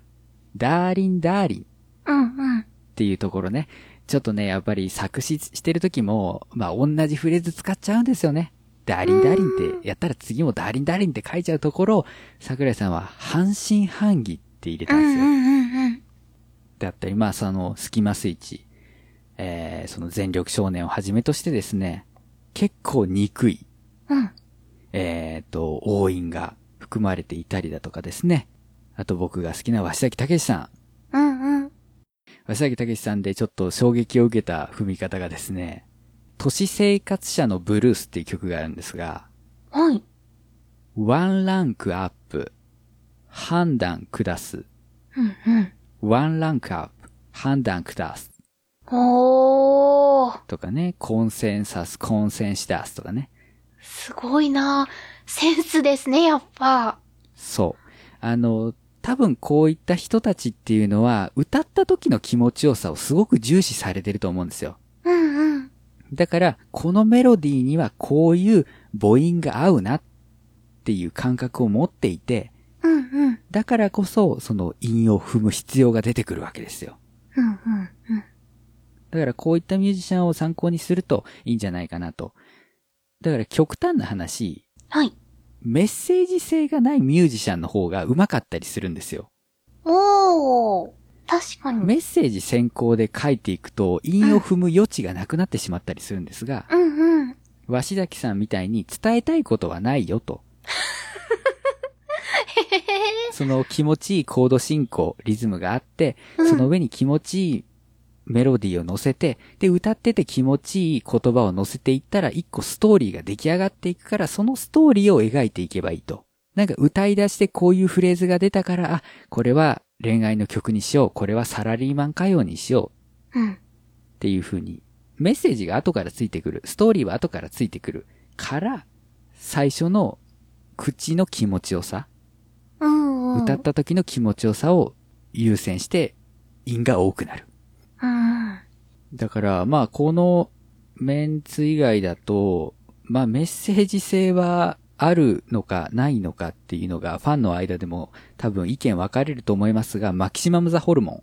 [SPEAKER 1] ダーリン・ダーリン
[SPEAKER 2] うんうん。
[SPEAKER 1] っていうところね、ちょっとね、やっぱり作詞してる時も、まあ、同じフレーズ使っちゃうんですよね。ダーリンダーリンって、やったら次もダーリンダーリンって書いちゃうところを、桜井さんは半信半疑って入れ
[SPEAKER 2] う
[SPEAKER 1] た
[SPEAKER 2] んうん
[SPEAKER 1] ですよ。
[SPEAKER 2] んうん。
[SPEAKER 1] だったり、まあ、その、スキマスイッチ、えー、その全力少年をはじめとしてですね、結構憎い、
[SPEAKER 2] うん。
[SPEAKER 1] えー、と、応印が含まれていたりだとかですね。あと僕が好きな鷲崎武さん。
[SPEAKER 2] うんうん。
[SPEAKER 1] わさぎたけしさんでちょっと衝撃を受けた踏み方がですね、都市生活者のブルースっていう曲があるんですが、
[SPEAKER 2] はい。
[SPEAKER 1] ワンランクアップ、判断下す、
[SPEAKER 2] うんうん。
[SPEAKER 1] ワンランクアップ、判断下す
[SPEAKER 2] おー。
[SPEAKER 1] とかね、コンセンサス、コンセンシダスとかね。
[SPEAKER 2] すごいな。センスですね、やっぱ。
[SPEAKER 1] そう。あの、多分こういった人たちっていうのは、歌った時の気持ちよさをすごく重視されてると思うんですよ。
[SPEAKER 2] うんうん。
[SPEAKER 1] だから、このメロディーにはこういう母音が合うなっていう感覚を持っていて、
[SPEAKER 2] うんうん。
[SPEAKER 1] だからこそ、その韻を踏む必要が出てくるわけですよ。
[SPEAKER 2] うんうんうん。
[SPEAKER 1] だからこういったミュージシャンを参考にするといいんじゃないかなと。だから極端な話、
[SPEAKER 2] はい。
[SPEAKER 1] メッセージ性がないミュージシャンの方が上手かったりするんですよ。
[SPEAKER 2] おー。確かに。
[SPEAKER 1] メッセージ先行で書いていくと、韻を踏む余地がなくなってしまったりするんですが、
[SPEAKER 2] うんうん。
[SPEAKER 1] 鷲崎さんみたいに伝えたいことはないよと。
[SPEAKER 2] へへ へ。
[SPEAKER 1] その気持ちいいコード進行、リズムがあって、
[SPEAKER 2] うん
[SPEAKER 1] その上に気持ちいいメロディーを乗せて、で、歌ってて気持ちいい言葉を乗せていったら、一個ストーリーが出来上がっていくから、そのストーリーを描いていけばいいと。なんか歌い出してこういうフレーズが出たから、あ、これは恋愛の曲にしよう、これはサラリーマン歌謡にしよう
[SPEAKER 2] うん。
[SPEAKER 1] っていう風に、メッセージが後からついてくる、ストーリーは後からついてくるから、最初の口の気持ちよさ、
[SPEAKER 2] うんうん。
[SPEAKER 1] 歌った時の気持ちよさを優先して、韻が多くなる。
[SPEAKER 2] うん。
[SPEAKER 1] だから、まあ、このメンツ以外だと、まあ、メッセージ性はあるのかないのかっていうのが、ファンの間でも多分意見分かれると思いますが、マキシマムザホルモン。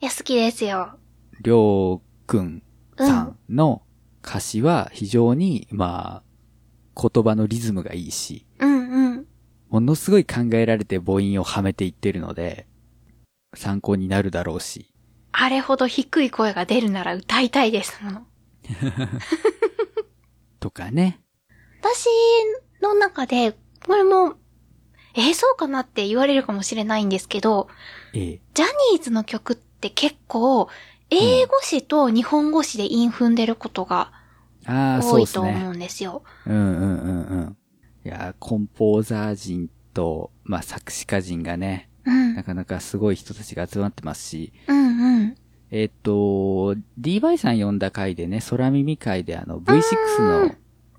[SPEAKER 2] いや、好きですよ。
[SPEAKER 1] りょうくん
[SPEAKER 2] うん。
[SPEAKER 1] さんの歌詞は非常に、まあ、言葉のリズムがいいし、
[SPEAKER 2] うんうん。
[SPEAKER 1] ものすごい考えられて母音をはめていってるので、参考になるだろうし、
[SPEAKER 2] あれほど低い声が出るなら歌いたいですもの。
[SPEAKER 1] とかね。
[SPEAKER 2] 私の中で、これも、えーそうかなって言われるかもしれないんですけど、
[SPEAKER 1] ええ。
[SPEAKER 2] ジャニーズの曲って結構、英語詞と日本語詞で韻踏んでることが
[SPEAKER 1] ああ、そ
[SPEAKER 2] 多
[SPEAKER 1] う
[SPEAKER 2] い
[SPEAKER 1] です
[SPEAKER 2] と思
[SPEAKER 1] ね。
[SPEAKER 2] うんですよ。
[SPEAKER 1] うんうんうんうん。いやー、コンポーザー人と、まあ、作詞家人がね、
[SPEAKER 2] うん
[SPEAKER 1] なかなかすごい人たちが集まってますし、
[SPEAKER 2] うんうん。
[SPEAKER 1] えっと、DY さん呼んだ回でね、空耳回であの V6 の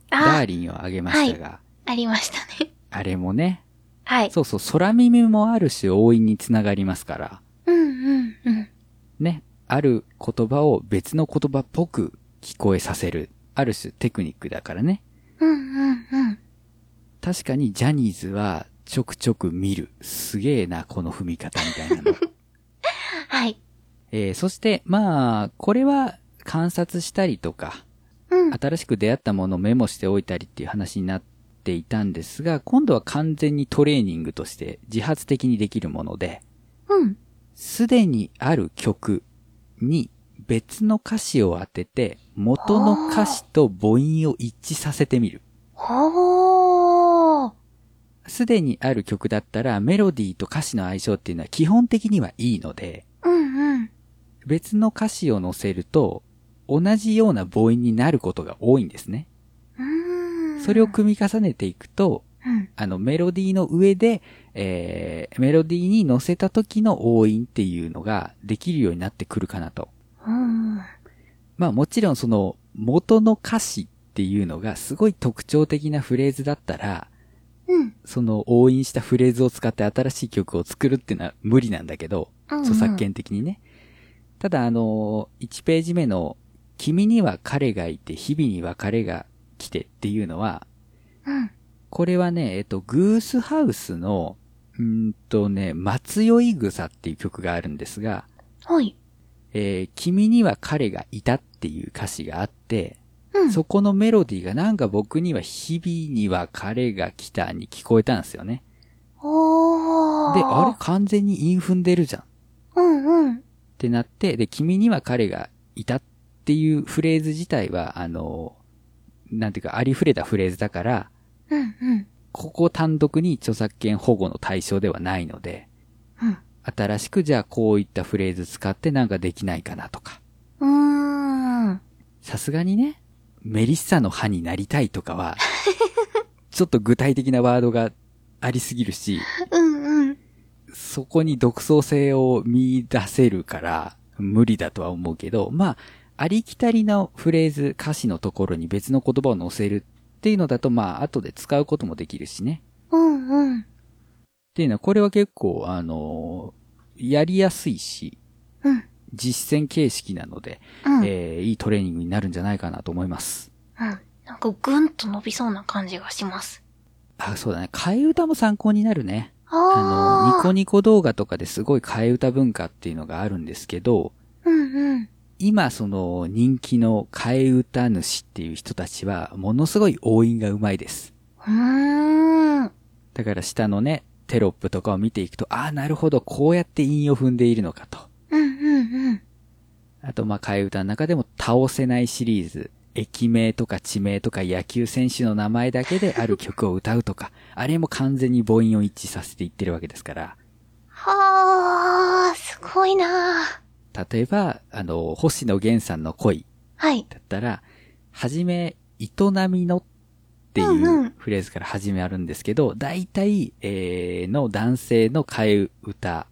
[SPEAKER 1] ダ
[SPEAKER 2] あ
[SPEAKER 1] ー、リンをあげましたが、
[SPEAKER 2] ありましたね。
[SPEAKER 1] あれもね、
[SPEAKER 2] はい。
[SPEAKER 1] そうそう、空耳もあるし、応援につながりますから、
[SPEAKER 2] うんうんうん。
[SPEAKER 1] ね、ある言葉を別の言葉っぽく聞こえさせる。ある種テクニックだからね。
[SPEAKER 2] うんうんうん。
[SPEAKER 1] 確かにジャニーズはちょくちょく見る。すげえな、この踏み方みたいなの。
[SPEAKER 2] はい。
[SPEAKER 1] えーそして、まあ、これは観察したりとか、
[SPEAKER 2] うん。
[SPEAKER 1] 新しく出会ったものをメモしておいたりっていう話になっていたんですが、今度は完全にトレーニングとして自発的にできるもので、
[SPEAKER 2] うん。
[SPEAKER 1] すでにある曲に別の歌詞を当てて、元の歌詞と母音を一致させてみる。
[SPEAKER 2] ほー。
[SPEAKER 1] すでにある曲だったらメロディーと歌詞の相性っていうのは基本的にはいいので、
[SPEAKER 2] うんうん。
[SPEAKER 1] 別の歌詞を載せると同じような母音になることが多いんですね。
[SPEAKER 2] うーん。
[SPEAKER 1] それを組み重ねていくと、
[SPEAKER 2] うん。
[SPEAKER 1] あのメロディーの上で、えー、メロディーに乗せた時の応音っていうのができるようになってくるかなと。
[SPEAKER 2] うん。
[SPEAKER 1] まあもちろんその元の歌詞っていうのがすごい特徴的なフレーズだったら、
[SPEAKER 2] うん。
[SPEAKER 1] その応印したフレーズを使って新しい曲を作るっていうのは無理なんだけど、著作権的にね。ただあの、1ページ目の君には彼がいて日々には彼が来てっていうのは、
[SPEAKER 2] うん。
[SPEAKER 1] これはね、えっと、グースハウスの、うーんとね、松酔い草っていう曲があるんですが、
[SPEAKER 2] ほい。
[SPEAKER 1] えー君には彼がいたっていう歌詞があって、
[SPEAKER 2] うん。
[SPEAKER 1] そこのメロディーがなんか僕には日々には彼が来たに聞こえたんですよね。
[SPEAKER 2] ほー。
[SPEAKER 1] で、あれ完全に韻踏んでるじゃんっ
[SPEAKER 2] うんうん。
[SPEAKER 1] てなって、で、君には彼がいたっていうフレーズ自体は、あの、なんていうか、ありふれたフレーズだから、
[SPEAKER 2] うんうん。
[SPEAKER 1] ここ単独に著作権保護の対象ではないので、
[SPEAKER 2] うん。
[SPEAKER 1] 新しくじゃあこういったフレーズ使ってなんかできないかなとか。
[SPEAKER 2] うーん。
[SPEAKER 1] さすがにね、メリッサの歯になりたいとかは、ちょっと具体的なワードがありすぎるし、
[SPEAKER 2] うんうん。
[SPEAKER 1] そこに独創性を見出せるから無理だとは思うけど、まあ、ありきたりのフレーズ、歌詞のところに別の言葉を載せるっていうのだと、まあ、後で使うこともできるしね。
[SPEAKER 2] うんうん。
[SPEAKER 1] っていうのは、これは結構、あのやりやすいし、
[SPEAKER 2] うん。
[SPEAKER 1] 実践形式なので、
[SPEAKER 2] うん。
[SPEAKER 1] えーいいトレーニングになるんじゃないかなと思います。
[SPEAKER 2] うん。なんかぐんと伸びそうな感じがします。
[SPEAKER 1] あ、そうだね。替え歌も参考になるね。あ
[SPEAKER 2] あ
[SPEAKER 1] の、ニ
[SPEAKER 2] あ
[SPEAKER 1] コニコ動画とかですごい替え歌文化っていうのがあるんですけど、
[SPEAKER 2] うんうん。
[SPEAKER 1] 今その人気の替え歌主っていう人たちはものすごい応援がうまいです。
[SPEAKER 2] うーん。
[SPEAKER 1] だから下のね、テロップとかを見ていくと、ああ、なるほど、こうやって韻を踏んでいるのかと。
[SPEAKER 2] うんうんうん。
[SPEAKER 1] あと、まあ、替え歌の中でも倒せないシリーズ。駅名とか地名とか野球選手の名前だけである曲を歌うとか、あれも完全に母音を一致させていってるわけですから。
[SPEAKER 2] はあ、すごいなあ
[SPEAKER 1] 例えば、あの、星野源さんの恋
[SPEAKER 2] はい。
[SPEAKER 1] だったら、はじめ、営みのってい
[SPEAKER 2] んうん
[SPEAKER 1] うフレーズから始めあるんですけど、大体、えー、の男性の替え歌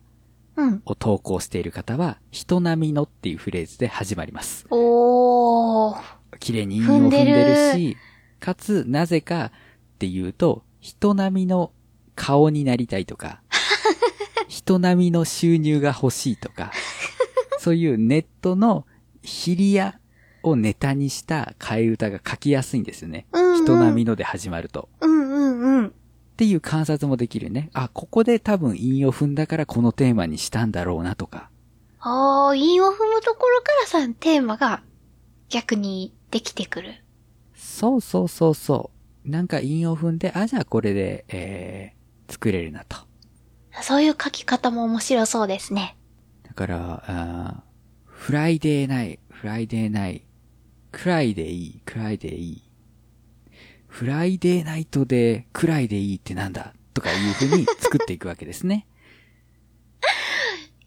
[SPEAKER 2] うん。
[SPEAKER 1] を投稿している方は、人並みのっていうフレーズで始まります。
[SPEAKER 2] おー。
[SPEAKER 1] 綺麗に韻を踏んでるし、かつ、なぜかっていうと、人並みの顔になりたいとか、人並みの収入が欲しいとか、そういうネットのヒリアをネタにした替え歌が書きやすいんですよね。
[SPEAKER 2] うん、うん。
[SPEAKER 1] 人並みので始まると。
[SPEAKER 2] うんうんうん。
[SPEAKER 1] っていう観察もできるね。あ、ここで多分韻を踏んだからこのテーマにしたんだろうなとか。
[SPEAKER 2] ああ、韻を踏むところからさ、テーマが逆にできてくる。
[SPEAKER 1] そうそうそうそう。なんか韻を踏んで、あ、じゃあこれで、えー、作れるなと。
[SPEAKER 2] そういう書き方も面白そうですね。
[SPEAKER 1] だから、あーフライデーない、フライデーない、くらいでいい、くらいでいい。フライデーナイトで、くらいでいいってなんだとかいう風に作っていくわけですね。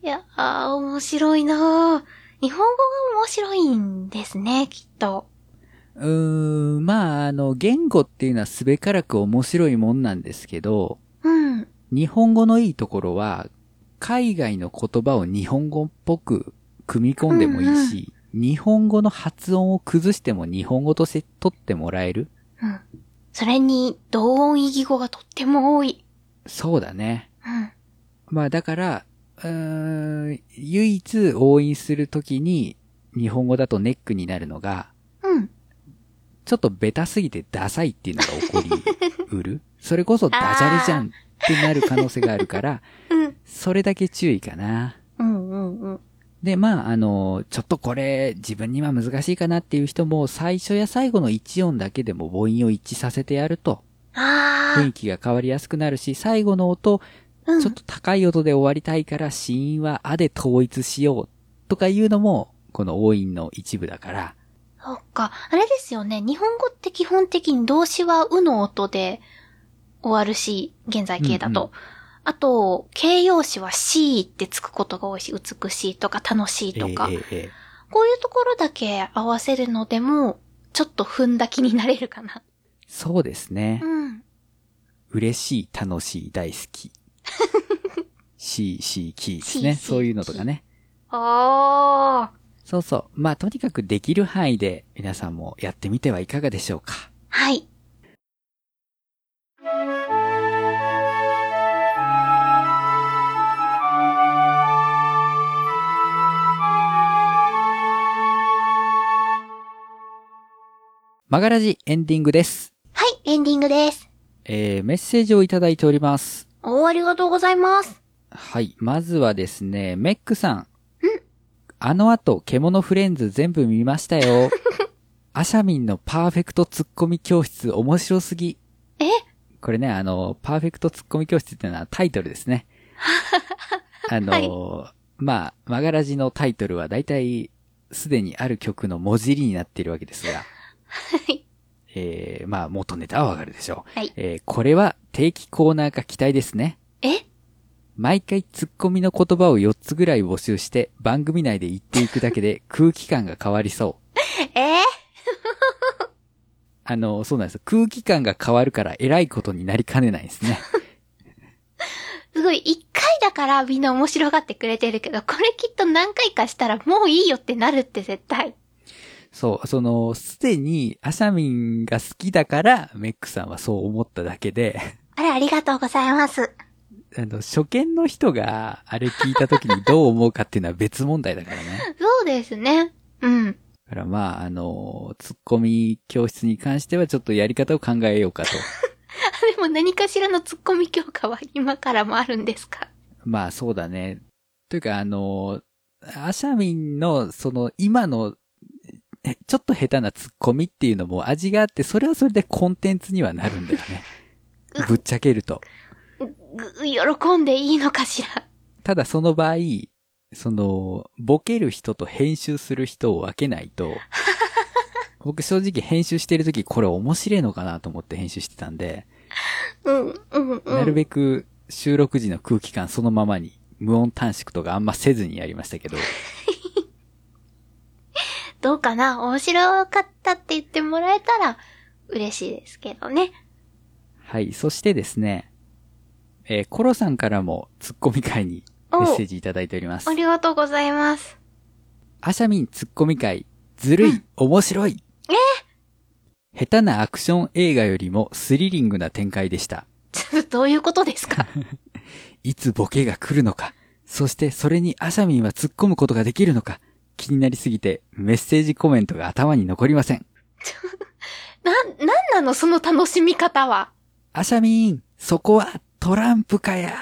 [SPEAKER 2] いやあー、面白いなあ日本語が面白いんですね、きっと。
[SPEAKER 1] うーん、まあ、あの、言語っていうのはすべからく面白いもんなんですけど、
[SPEAKER 2] うん。
[SPEAKER 1] 日本語のいいところは、海外の言葉を日本語っぽく組み込んでもいいし、日本語の発音を崩しても日本語として取ってもらえる。
[SPEAKER 2] うん。それに、同音異義語がとっても多い。
[SPEAKER 1] そうだね。
[SPEAKER 2] うん。
[SPEAKER 1] まあだから、うーん、唯一応印するときに、日本語だとネックになるのが、
[SPEAKER 2] うん。
[SPEAKER 1] ちょっとベタすぎてダサいっていうのが起こりう る。それこそダジャレじゃんってなる可能性があるから、
[SPEAKER 2] うん。
[SPEAKER 1] それだけ注意かな。
[SPEAKER 2] うんうんうん。
[SPEAKER 1] で、まあ、あの、ちょっとこれ自分には難しいかなっていう人も、最初や最後の1音だけでも母音を一致させてやると、
[SPEAKER 2] あ
[SPEAKER 1] 雰
[SPEAKER 2] ー
[SPEAKER 1] 囲気が変わりやすくなるし、最後の音、
[SPEAKER 2] うん。
[SPEAKER 1] ちょっと高い音で終わりたいから、子音はあで統一しようとかいうのも、この応音の一部だから、
[SPEAKER 2] そっか。あれですよね。日本語って基本的に動詞はうの音で終わるし、現在形だと。
[SPEAKER 1] うんう
[SPEAKER 2] あと、形容詞は C ってつくことが多いし、美しいとか楽しいとか、
[SPEAKER 1] ええええええ
[SPEAKER 2] こういうところだけ合わせるのでも、ちょっと踏んだ気になれるかな。
[SPEAKER 1] そうですね
[SPEAKER 2] う。ん。
[SPEAKER 1] 嬉しい、楽しい、大好 き。しーしーきーですね。
[SPEAKER 2] しーしーきー
[SPEAKER 1] そういうのとかね。
[SPEAKER 2] あー。
[SPEAKER 1] そうそう。まあ、とにかくできる範囲で皆さんもやってみてはいかがでしょうか。
[SPEAKER 2] はい。
[SPEAKER 1] マガラジエンディングです。
[SPEAKER 2] はい、エンディングです。
[SPEAKER 1] えー、メッセージをいただいております。
[SPEAKER 2] おー、ありがとうございます。
[SPEAKER 1] はい。まずはですね、メックさん。あの後、獣フレンズ全部見ました よ。アシャミンのパーフェクトツッコミ教室面白すぎ。
[SPEAKER 2] え
[SPEAKER 1] これね、あの、パーフェクトツッコミ教室っていうのはタイトルです ね。あの、まあ、マガラジのタイトルは大体、すでにある曲の文字入りになっているわけですが。
[SPEAKER 2] い
[SPEAKER 1] えー、まあ、元ネタはわかるでしょう。
[SPEAKER 2] はい
[SPEAKER 1] えー、これは定期コーナーが期待ですね。
[SPEAKER 2] え
[SPEAKER 1] 毎回ツッコミの言葉を4つぐらい募集して番組内で言っていくだけで空気感が変わりそう。
[SPEAKER 2] え
[SPEAKER 1] あの、そうなんです。空気感が変わるから偉いことになりかねないですね。
[SPEAKER 2] すごい、一回だからみんな面白がってくれてるけど、これきっと何回かしたらもういいよってなるって絶対。
[SPEAKER 1] そう、その、すでにアシャミンが好きだからメックさんはそう思っただけで、
[SPEAKER 2] あら、ありがとうございます。
[SPEAKER 1] あの、初見の人があれ聞いた時にどう思うかっていうのは別問題だからね。
[SPEAKER 2] そうですね。うん。
[SPEAKER 1] だからまあ、あの、ツッコミ教室に関してはちょっとやり方を考えようかと。
[SPEAKER 2] でも何かしらのツッコミ強化は今からもあるんですか
[SPEAKER 1] まあそうだね。というかあの、アシャミンのその今のえちょっと下手なツッコミっていうのも味があって、それはそれでコンテンツにはなるんだよ ね。ぶっちゃけると。
[SPEAKER 2] ぐ、喜んでいいのかしら。
[SPEAKER 1] ただその場合、その、ボケる人と編集する人を分けない と、僕正直編集してる時これ面白いのかなと思って編集してたんで、
[SPEAKER 2] うん、うん、うん。
[SPEAKER 1] なるべく収録時の空気感そのままに、無音短縮とかあんませずにやりましたけど、
[SPEAKER 2] どうかな面白かったって言ってもらえたら嬉しいですけどね。
[SPEAKER 1] はい。そしてですね、えーコロさんからもツッコミ会にメ
[SPEAKER 2] お
[SPEAKER 1] ッセージいただいております
[SPEAKER 2] あ。りがとうございます。
[SPEAKER 1] アシャミンツッコミ会、ずるい、面白い。下手なアクション映画よりもスリリングな展開でした。
[SPEAKER 2] ちょっとどういうことですか
[SPEAKER 1] いつボケが来るのか、そしてそれにアシャミンは突っ込むことができるのか、気になりすぎてメッセージコメントが頭に残りません。
[SPEAKER 2] な、なんなのその楽しみ方は。
[SPEAKER 1] アシャミン、そこはトランプかや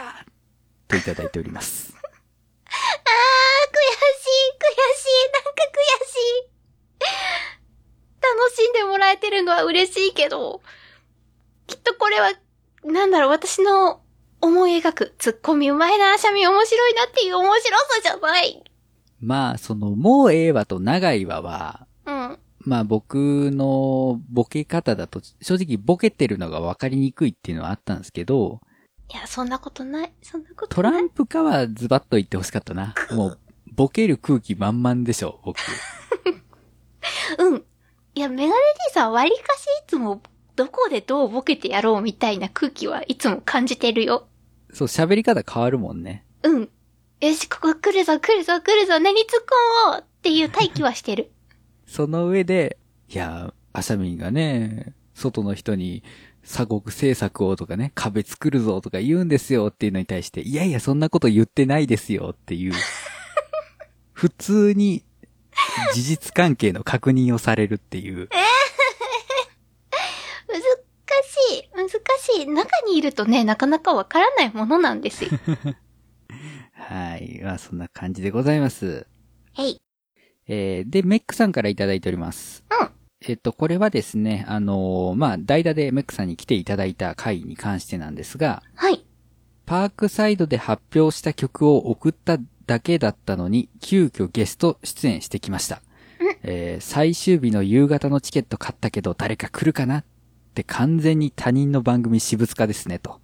[SPEAKER 1] といただいており ます。
[SPEAKER 2] あー、悔しい、悔しい、なんか悔しい。楽しんでもらえてるのは嬉しいけど、きっとこれは、なんだろう、私の思い描く、ツッコミうまいな、シャミ面白いなっていう面白さじゃない。
[SPEAKER 1] まあ、その、もうええわと長いわは、
[SPEAKER 2] うん。
[SPEAKER 1] まあ僕のボケ方だと、正直ボケてるのが分かりにくいっていうのはあったんですけど、
[SPEAKER 2] いや、そんなことない。そんなこと
[SPEAKER 1] ト
[SPEAKER 2] ない。
[SPEAKER 1] ランプかはズバッと言ってほしかったな。もう、ボケる空気満々でしょ、僕。
[SPEAKER 2] うん。いや、メガネ D さんはりかしいつも、どこでどうボケてやろうみたいな空気はいつも感じてるよ。
[SPEAKER 1] そう、喋り方変わるもんね。
[SPEAKER 2] うん。よし、ここ来るぞ、来るぞ、来るぞ、何突っ込もうっていう待機はしてる。
[SPEAKER 1] その上で、いや、アシャミンがね、外の人に、鎖国政策をとかね、壁作るぞとか言うんですよっていうのに対して、いやいや、そんなこと言ってないですよっていう、普通に事実関係の確認をされるっていう、
[SPEAKER 2] 難しい。難しい。中にいるとね、なかなかわからないものなんですよ。
[SPEAKER 1] はい。まあ、そんな感じでございます。
[SPEAKER 2] へい。
[SPEAKER 1] えーで、メックさんからいただいております。
[SPEAKER 2] うん
[SPEAKER 1] えっと、これはですね、あのーまあ、代打でメックさんに来ていただいた回に関してなんですが、
[SPEAKER 2] はい。
[SPEAKER 1] パークサイドで発表した曲を送っただけだったのに、急遽ゲスト出演してきました
[SPEAKER 2] うん。
[SPEAKER 1] えー最終日の夕方のチケット買ったけど誰か来るかなって完全に他人の番組私物化ですね、 と。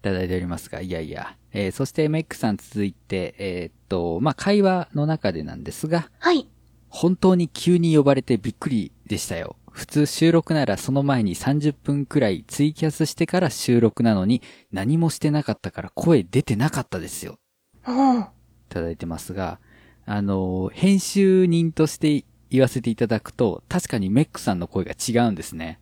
[SPEAKER 1] いただいておりますが、いやいや。えーそしてメックさん続いて、えーっと、まあ、会話の中でなんですが、
[SPEAKER 2] はい。
[SPEAKER 1] 本当に急に呼ばれてびっくりでしたよ。普通収録ならその前に30分くらいツイキャスしてから収録なのに何もしてなかったから声出てなかったですよ。
[SPEAKER 2] おう。
[SPEAKER 1] いただいてますが、あのー、編集人として言わせていただくと確かにメックさんの声が違うんですね。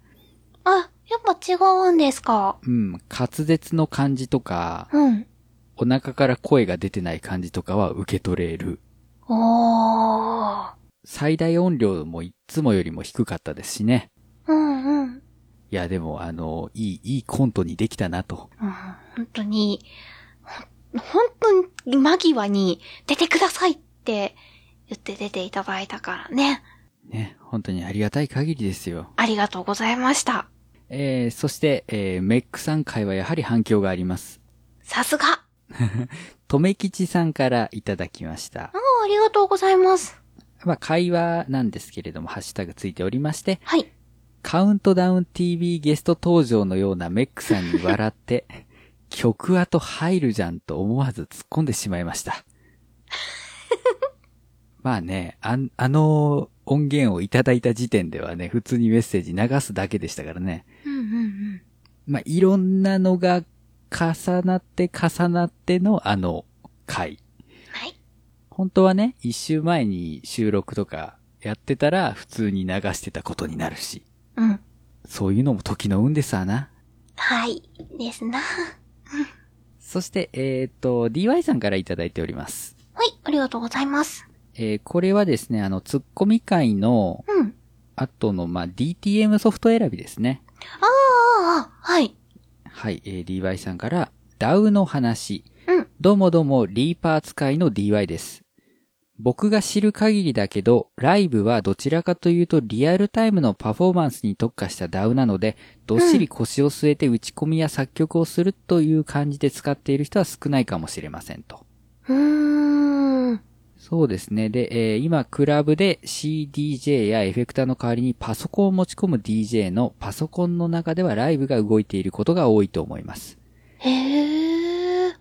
[SPEAKER 2] あ、やっぱ違うんですか。
[SPEAKER 1] うん、滑舌の感じとか、
[SPEAKER 2] うん。
[SPEAKER 1] お腹から声が出てない感じとかは受け取れる。
[SPEAKER 2] おー。
[SPEAKER 1] 最大音量もいつもよりも低かったですしね。
[SPEAKER 2] うんうん。うん
[SPEAKER 1] いや、でも、あの、いい、いいコントにできたなと。
[SPEAKER 2] 本当に、ほん本当に間際に出てくださいって言って出ていただいたからね。
[SPEAKER 1] ね、本当にありがたい限りですよ。
[SPEAKER 2] ありがとうございました。
[SPEAKER 1] えー、そして、えー、メックさん会はやはり反響があります。
[SPEAKER 2] さすが。
[SPEAKER 1] とめきちさんからいただきました。
[SPEAKER 2] おーありがとうございます。
[SPEAKER 1] まあ、会話なんですけれども、ハッシュタグついておりまして、
[SPEAKER 2] はい。
[SPEAKER 1] カウントダウン TV ゲスト登場のようなメックさんに笑って、 曲後入るじゃんと思わず突っ込んでしまいました。 まあね、あん、あの音源をいただいた時点ではね、普通にメッセージ流すだけでしたからね。
[SPEAKER 2] うんうんうん。
[SPEAKER 1] まあいろんなのが重なって重なってのあの回。
[SPEAKER 2] はい。
[SPEAKER 1] 本当はね、一週前に収録とかやってたら普通に流してたことになるし。
[SPEAKER 2] うん。
[SPEAKER 1] そういうのも時の運ですわな。
[SPEAKER 2] はい。ですな。
[SPEAKER 1] そして、えっ、と、DY さんからいただいております。
[SPEAKER 2] はい。ありがとうございます。
[SPEAKER 1] えーこれはですね、あの、ツッコミ会の
[SPEAKER 2] うん。
[SPEAKER 1] 後の、まあ、DTM ソフト選びですね。
[SPEAKER 2] ああ、はい。
[SPEAKER 1] はい、えー DY さんから、DAW の話。
[SPEAKER 2] うん
[SPEAKER 1] どうもどうも、リーパー使いの DY です。僕が知る限りだけど、ライブはどちらかというとリアルタイムのパフォーマンスに特化した DAW なので、どっしり腰を据えて打ち込みや作曲をするという感じで使っている人は少ないかもしれませんと。
[SPEAKER 2] うーん。
[SPEAKER 1] そうですね。で、えー今、クラブで CDJ やエフェクターの代わりにパソコンを持ち込む DJ のパソコンの中ではライブが動いていることが多いと思います。
[SPEAKER 2] へえ。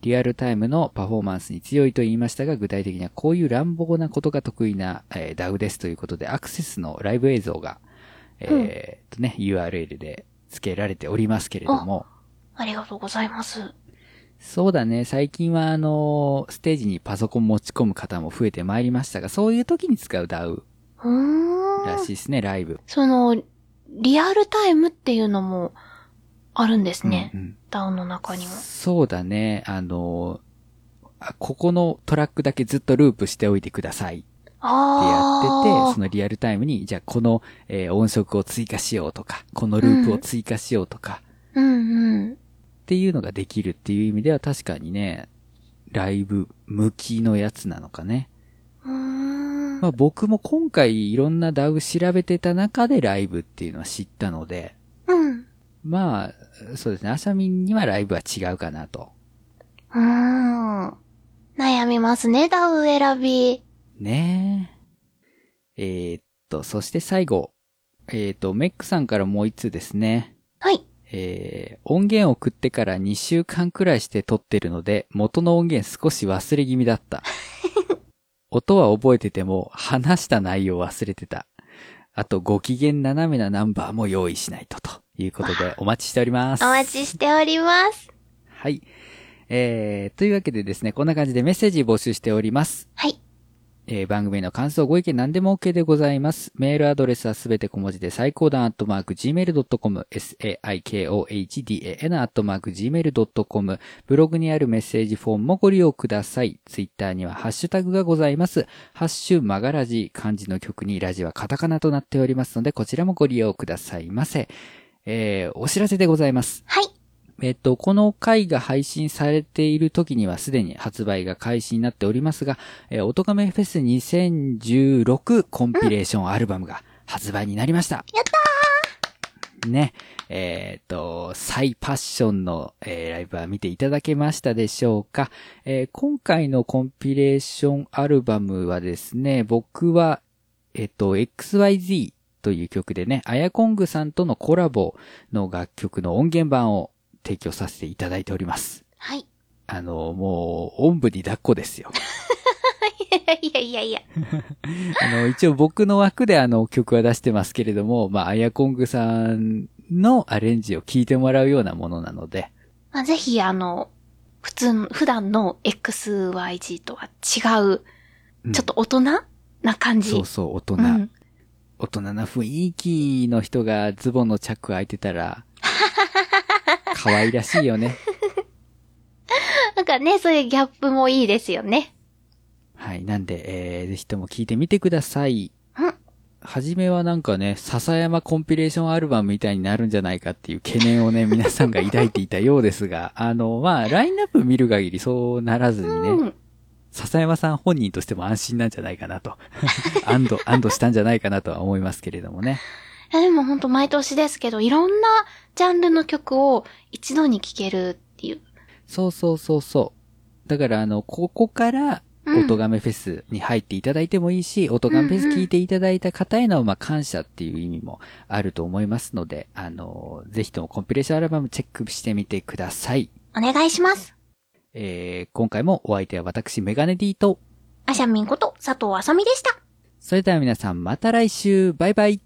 [SPEAKER 1] リアルタイムのパフォーマンスに強いと言いましたが、具体的にはこういう乱暴なことが得意な、えー DAW ですということで、アクセスのライブ映像が、えーえっとね、URL で付けられておりますけれども、
[SPEAKER 2] ありがとうございます。
[SPEAKER 1] そうだね。最近は、あのーステージにパソコン持ち込む方も増えてまいりましたが、そういう時に使う DAW
[SPEAKER 2] うーん。
[SPEAKER 1] らしいですね、ライブ。
[SPEAKER 2] その、リアルタイムっていうのもあるんですね。
[SPEAKER 1] うんうん
[SPEAKER 2] ダウンの中にも。
[SPEAKER 1] そうだね。あのーあ、ここのトラックだけずっとループしておいてくださいってやって
[SPEAKER 2] ああ。
[SPEAKER 1] て、そのリアルタイムに、じゃあこの、えー音色を追加しようとか、このループを追加しようとか、
[SPEAKER 2] うんうん。
[SPEAKER 1] っていうのができるっていう意味では確かにね、ライブ向きのやつなのかね。
[SPEAKER 2] うーん。
[SPEAKER 1] まあ僕も今回いろんな DAW 調べてた中でライブっていうのは知ったので、
[SPEAKER 2] うん。
[SPEAKER 1] まあ、そうですね。アシャミンにはライブは違うかなと。
[SPEAKER 2] うーん。悩みますね、ダウ選び。
[SPEAKER 1] ねえ。えーっと、そして最後。えーっと、メックさんからもう一通ですね。
[SPEAKER 2] はい。
[SPEAKER 1] えー、音源を送ってから2週間くらいして撮ってるので、元の音源少し忘れ気味だった。 音は覚えてても、話した内容忘れてた。あと、ご機嫌斜めなナンバーも用意しないと、ということで、お待ちしております。
[SPEAKER 2] お待ちしております。
[SPEAKER 1] はい。えー、というわけでですね、こんな感じでメッセージ募集しております。
[SPEAKER 2] はい。
[SPEAKER 1] えー番組への感想、ご意見何でも OK でございます。メールアドレスはすべて小文字で、最高段アットマーク gmail.com、saikohdan アットマーク gmail.com、ブログにあるメッセージフォームもご利用ください。ツイッターにはハッシュタグがございます。ハッシュマガラジ、漢字の曲にラジはカタカナとなっておりますので、こちらもご利用くださいませ。えーお知らせでございます。
[SPEAKER 2] はい。
[SPEAKER 1] えっと、この回が配信されている時にはすでに発売が開始になっておりますが、えー、おとがめフェス2016コンピレーションアルバムが発売になりました。
[SPEAKER 2] やっ
[SPEAKER 1] ね。えっ、と、サイパッションの、えーライブは見ていただけましたでしょうか、えー今回のコンピレーションアルバムはですね、僕は、えっ、と、XYZ という曲でね、アヤコングさんとのコラボの楽曲の音源版を提供させていただいております。
[SPEAKER 2] はい。 い
[SPEAKER 1] あの、もう、おんぶに抱っこですよ。
[SPEAKER 2] やいやいやいや。
[SPEAKER 1] あの、一応僕の枠であの曲は出してますけれども、まあ、アヤコングさんのアレンジを聞いてもらうようなものなので、
[SPEAKER 2] まあ、ぜひ、あの、普通の、普段の XYG とは違
[SPEAKER 1] う
[SPEAKER 2] う、
[SPEAKER 1] ん
[SPEAKER 2] ちょっと大人な感じ。
[SPEAKER 1] そうそう、大人、
[SPEAKER 2] うん。
[SPEAKER 1] 大人な雰囲気の人がズボンのチャック開いてた ら、可愛らしいよね。
[SPEAKER 2] なんかね、そういうギャップもいいですよね。
[SPEAKER 1] はい。なんで、えー、ぜひとも聞いてみてください。
[SPEAKER 2] うん
[SPEAKER 1] はじめはなんかね、笹山コンピレーションアルバムみたいになるんじゃないかっていう懸念をね、皆さんが抱いていたようですが、あの、まあ、ラインナップ見る限りそうならずにね、
[SPEAKER 2] うん。
[SPEAKER 1] 笹山さん本人としても安心なんじゃないかな と。安堵、安堵したんじゃないかなとは思いますけれどもね。
[SPEAKER 2] えでも本当毎年ですけど、いろんなジャンルの曲を一度に聴けるっていう。
[SPEAKER 1] そうそうそうそう。だからあの、ここから、
[SPEAKER 2] うん
[SPEAKER 1] おとがめフェスに入っていただいてもいいし、おとがめフェス聞いていただいた方への、まあ、感謝っていう意味もあると思いますので、あの、ぜひともコンピレーションアルバムチェックしてみてください。
[SPEAKER 2] お願いします。
[SPEAKER 1] えー、今回もお相手は私、メガネディと、
[SPEAKER 2] あしゃみんこと佐藤あさみでした。
[SPEAKER 1] それでは皆さんまた来週バイバイ